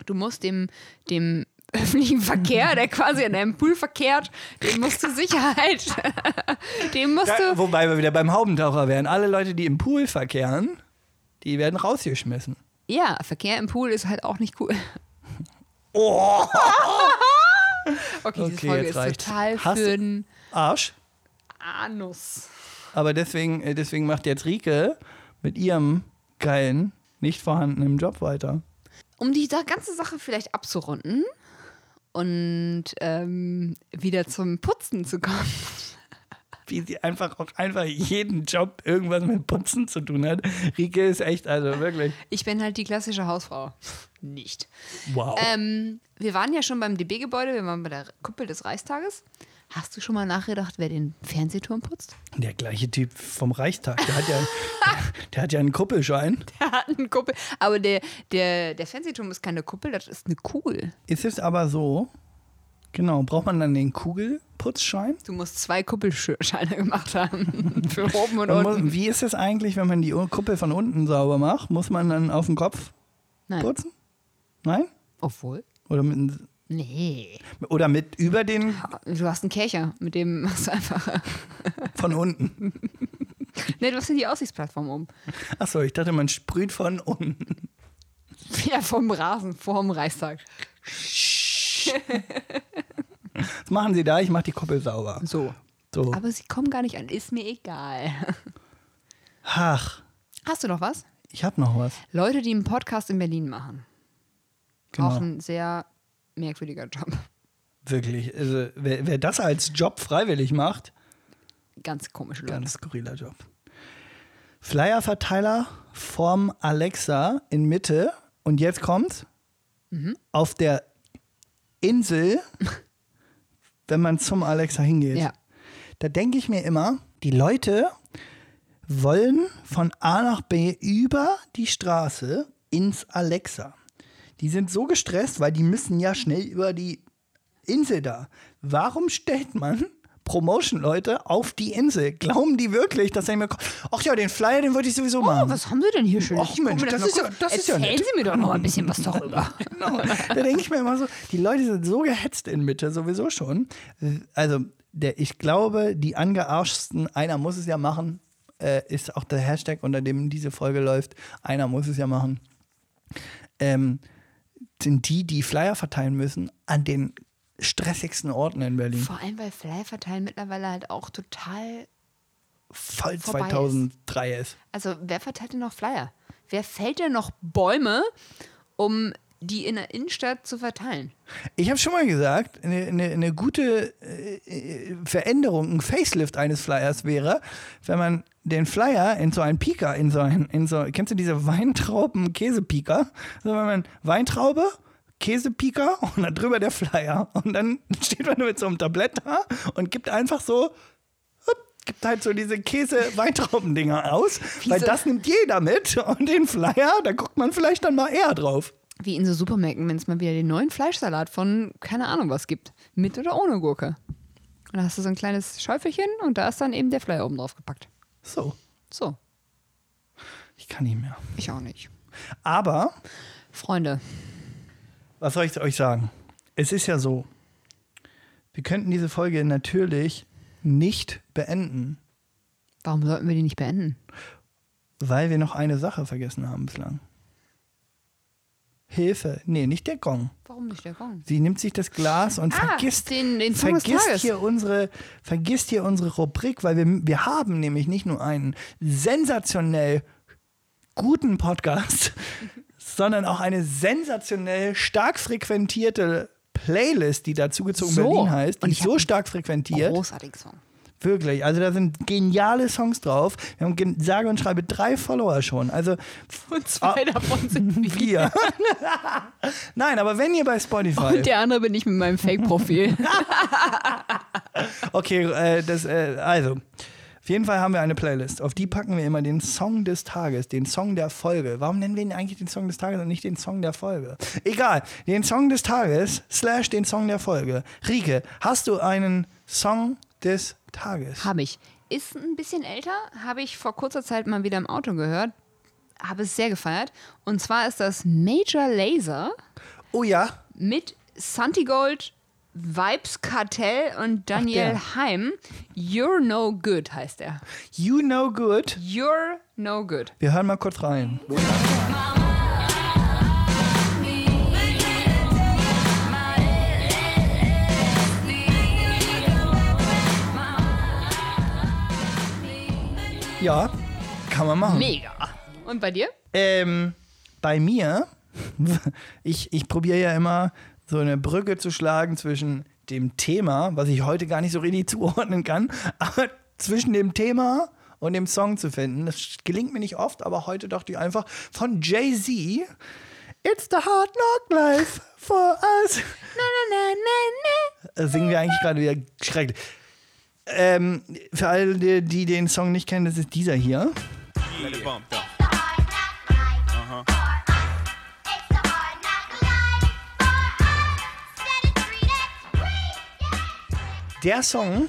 Du musst dem, dem öffentlichen Verkehr, der quasi an deinem Pool verkehrt, dem musst du Sicherheit. dem musst Da, du. wobei wir wieder beim Haubentaucher wären. Alle Leute, die im Pool verkehren, die werden rausgeschmissen. Ja, Verkehr im Pool ist halt auch nicht cool. Oh, Okay, diese Okay, Folge jetzt ist reicht's. total Hast- für den Arsch. Anus. Aber deswegen, äh, deswegen macht jetzt Rike mit ihrem geilen, nicht vorhandenen Job weiter. um die da- ganze Sache vielleicht abzurunden und ähm, wieder zum Putzen zu kommen. Wie sie einfach auch einfach jeden Job irgendwas mit Putzen zu tun hat. Rike ist echt, also wirklich, Ich bin halt die klassische Hausfrau. Nicht. wow. Ähm, wir waren ja schon beim DB-Gebäude, wir waren bei der Kuppel des Reichstages. Hast du schon mal nachgedacht, wer den Fernsehturm putzt? Der gleiche Typ vom Reichstag, der hat ja, der hat ja einen Kuppelschein. Der hat eine Kuppel. Aber der, der, der Fernsehturm ist keine Kuppel, das ist eine Kugel. Ist es aber so, genau, braucht man dann den Kugelputzschein? Du musst zwei Kuppelscheine gemacht haben. Für oben und Man unten. Muss, wie ist es eigentlich, wenn man die U- Kuppel von unten sauber macht? Muss man dann auf den Kopf Nein. putzen? Nein? Obwohl. Oder mit, Nee. oder mit über den Du hast einen Kercher, mit dem machst du einfach. von unten? Nee, du hast ja die Aussichtsplattform um. Achso, ich dachte, man sprüht von unten. Ja, vom Rasen, vorm Reichstag. Was machen Sie da? Ich mache die Kuppel sauber. So. So. Aber sie kommen gar nicht an. Ist mir egal. Ach, Hast du noch was? ich habe noch was. Leute, die einen Podcast in Berlin machen. Genau. Auch ein sehr merkwürdiger Job. Wirklich. Also, wer, wer das als Job freiwillig macht, Ganz komische Leute. ganz skurriler Job. Flyerverteiler vorm Alexa in Mitte. Und jetzt kommt's. Auf der Insel, wenn man zum Alexa hingeht. Ja. Da denke ich mir immer, die Leute wollen von A nach B über die Straße ins Alexa. Die sind so gestresst, weil die müssen ja schnell über die Insel da. Warum stellt man Promotion-Leute auf die Insel? Glauben die wirklich, dass er mir kommt? Ach ja, den Flyer, den würde ich sowieso Oh, machen. was haben Sie denn hier schön? Ach Mensch, das ist ja- das ist ja Erzählen nett. Sie mir doch noch ein bisschen was darüber. genau. Da denke ich mir immer so, die Leute sind so gehetzt in Mitte, sowieso schon. Also, der, ich glaube, die angearschsten, einer muss es ja machen, äh, ist auch der Hashtag, unter dem diese Folge läuft. Einer muss es ja machen. Ähm, sind die, die Flyer verteilen müssen, an den stressigsten Orten in Berlin. Vor allem, weil Fly verteilen mittlerweile halt auch total. Voll vorbei ist. 2003 ist. Also, wer verteilt denn noch Flyer? Wer fällt denn noch Bäume, um die in der Innenstadt zu verteilen? Ich habe schon mal gesagt, eine, eine, eine gute äh, äh, Veränderung, ein Facelift eines Flyers wäre, wenn man den Flyer in so einen Pika, in so einen, in so, kennst du diese Weintrauben-Käsepika? Also wenn man Weintraube, Käsepika und dann drüber der Flyer. Und dann steht man mit so einem Tablett da und gibt einfach so, hup, gibt halt so diese Käse-Weintraubendinger aus, weil so- das nimmt jeder mit und den Flyer, da guckt man vielleicht dann mal eher drauf. Wie in so Supermärkten, wenn es mal wieder den neuen Fleischsalat von keine Ahnung was gibt. Mit oder ohne Gurke. Und da hast du so ein kleines Schäufelchen und da ist dann eben der Flyer oben drauf gepackt. So, So, ich kann nicht mehr. ich auch nicht. Aber, Freunde, was soll ich euch sagen? Es ist ja so, wir könnten diese Folge natürlich nicht beenden, warum sollten wir die nicht beenden? weil wir noch eine Sache vergessen haben bislang. Hilfe. Nee, nicht der Gong. Warum nicht der Gong? Sie nimmt sich das Glas und Ah, vergisst, den- den Song des vergisst, Tages. hier unsere, vergisst hier unsere Rubrik, weil wir, wir haben nämlich nicht nur einen sensationell guten Podcast, sondern auch eine sensationell stark frequentierte Playlist, die dazugezogen So. Berlin heißt, die Und ist ich so hab- stark frequentiert. Großartiger Song. Wirklich. Also da sind geniale Songs drauf. Wir haben gen- sage und schreibe drei Follower schon. Also ah, Und zwei davon sind wir. Nein, aber wenn ihr bei Spotify. Und der andere bin ich mit meinem Fake-Profil. Okay, äh, das, äh, also. Auf jeden Fall haben wir eine Playlist. Auf die packen wir immer den Song des Tages, den Song der Folge. Warum nennen wir ihn eigentlich den Song des Tages und nicht den Song der Folge? Egal, den Song des Tages slash den Song der Folge. Rike, hast du einen Song des Tages? Habe ich. Ist ein bisschen älter, habe ich vor kurzer Zeit mal wieder im Auto gehört. Habe es sehr gefeiert. Und zwar ist das Major Laser Oh ja, mit Santi Gold, Vibes Kartell und Daniel der. Heim. You're No Good heißt er. You Know Good. You're No Good. Wir hören mal kurz rein. Ja, kann man machen. Mega. Und bei dir? Ähm, bei mir, ich, ich probiere ja immer so eine Brücke zu schlagen zwischen dem Thema, was ich heute gar nicht so richtig zuordnen kann, aber zwischen dem Thema und dem Song zu finden. Das gelingt mir nicht oft, aber heute dachte ich einfach von Jay-Z, It's the hard knock life for us. Äh, Singen wir eigentlich gerade wieder schrecklich. Ähm, für alle, die, die den Song nicht kennen, das ist dieser hier. Let it bump though. Der Song,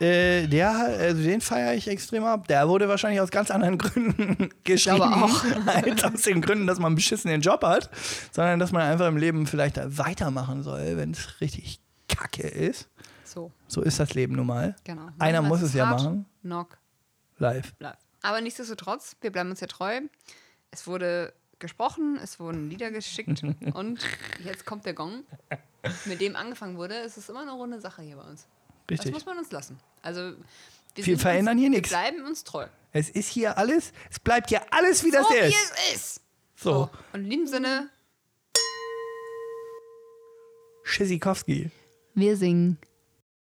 äh, der, also den feiere ich extrem ab. Der wurde wahrscheinlich aus ganz anderen Gründen geschrieben. glaube auch. Als aus den Gründen, dass man einen beschissenen Job hat, sondern dass man einfach im Leben vielleicht weitermachen soll, wenn es richtig kacke ist. So, So ist das Leben nun mal. genau. Einer muss es ja Hard machen. Knock Live. bleibt. Aber nichtsdestotrotz, wir bleiben uns ja treu. Es wurde gesprochen, es wurden Lieder geschickt und jetzt kommt der Gong, mit dem angefangen wurde. Es ist immer eine runde Sache hier bei uns. Das Richtig. muss man uns lassen. Also wir Wir sind verändern uns, hier wir nichts. Bleiben uns treu. Es ist hier alles, es bleibt hier alles, wie das so ist. wie es Oh, ist. Oh. So, Und in diesem Sinne, Schisikowski. wir singen.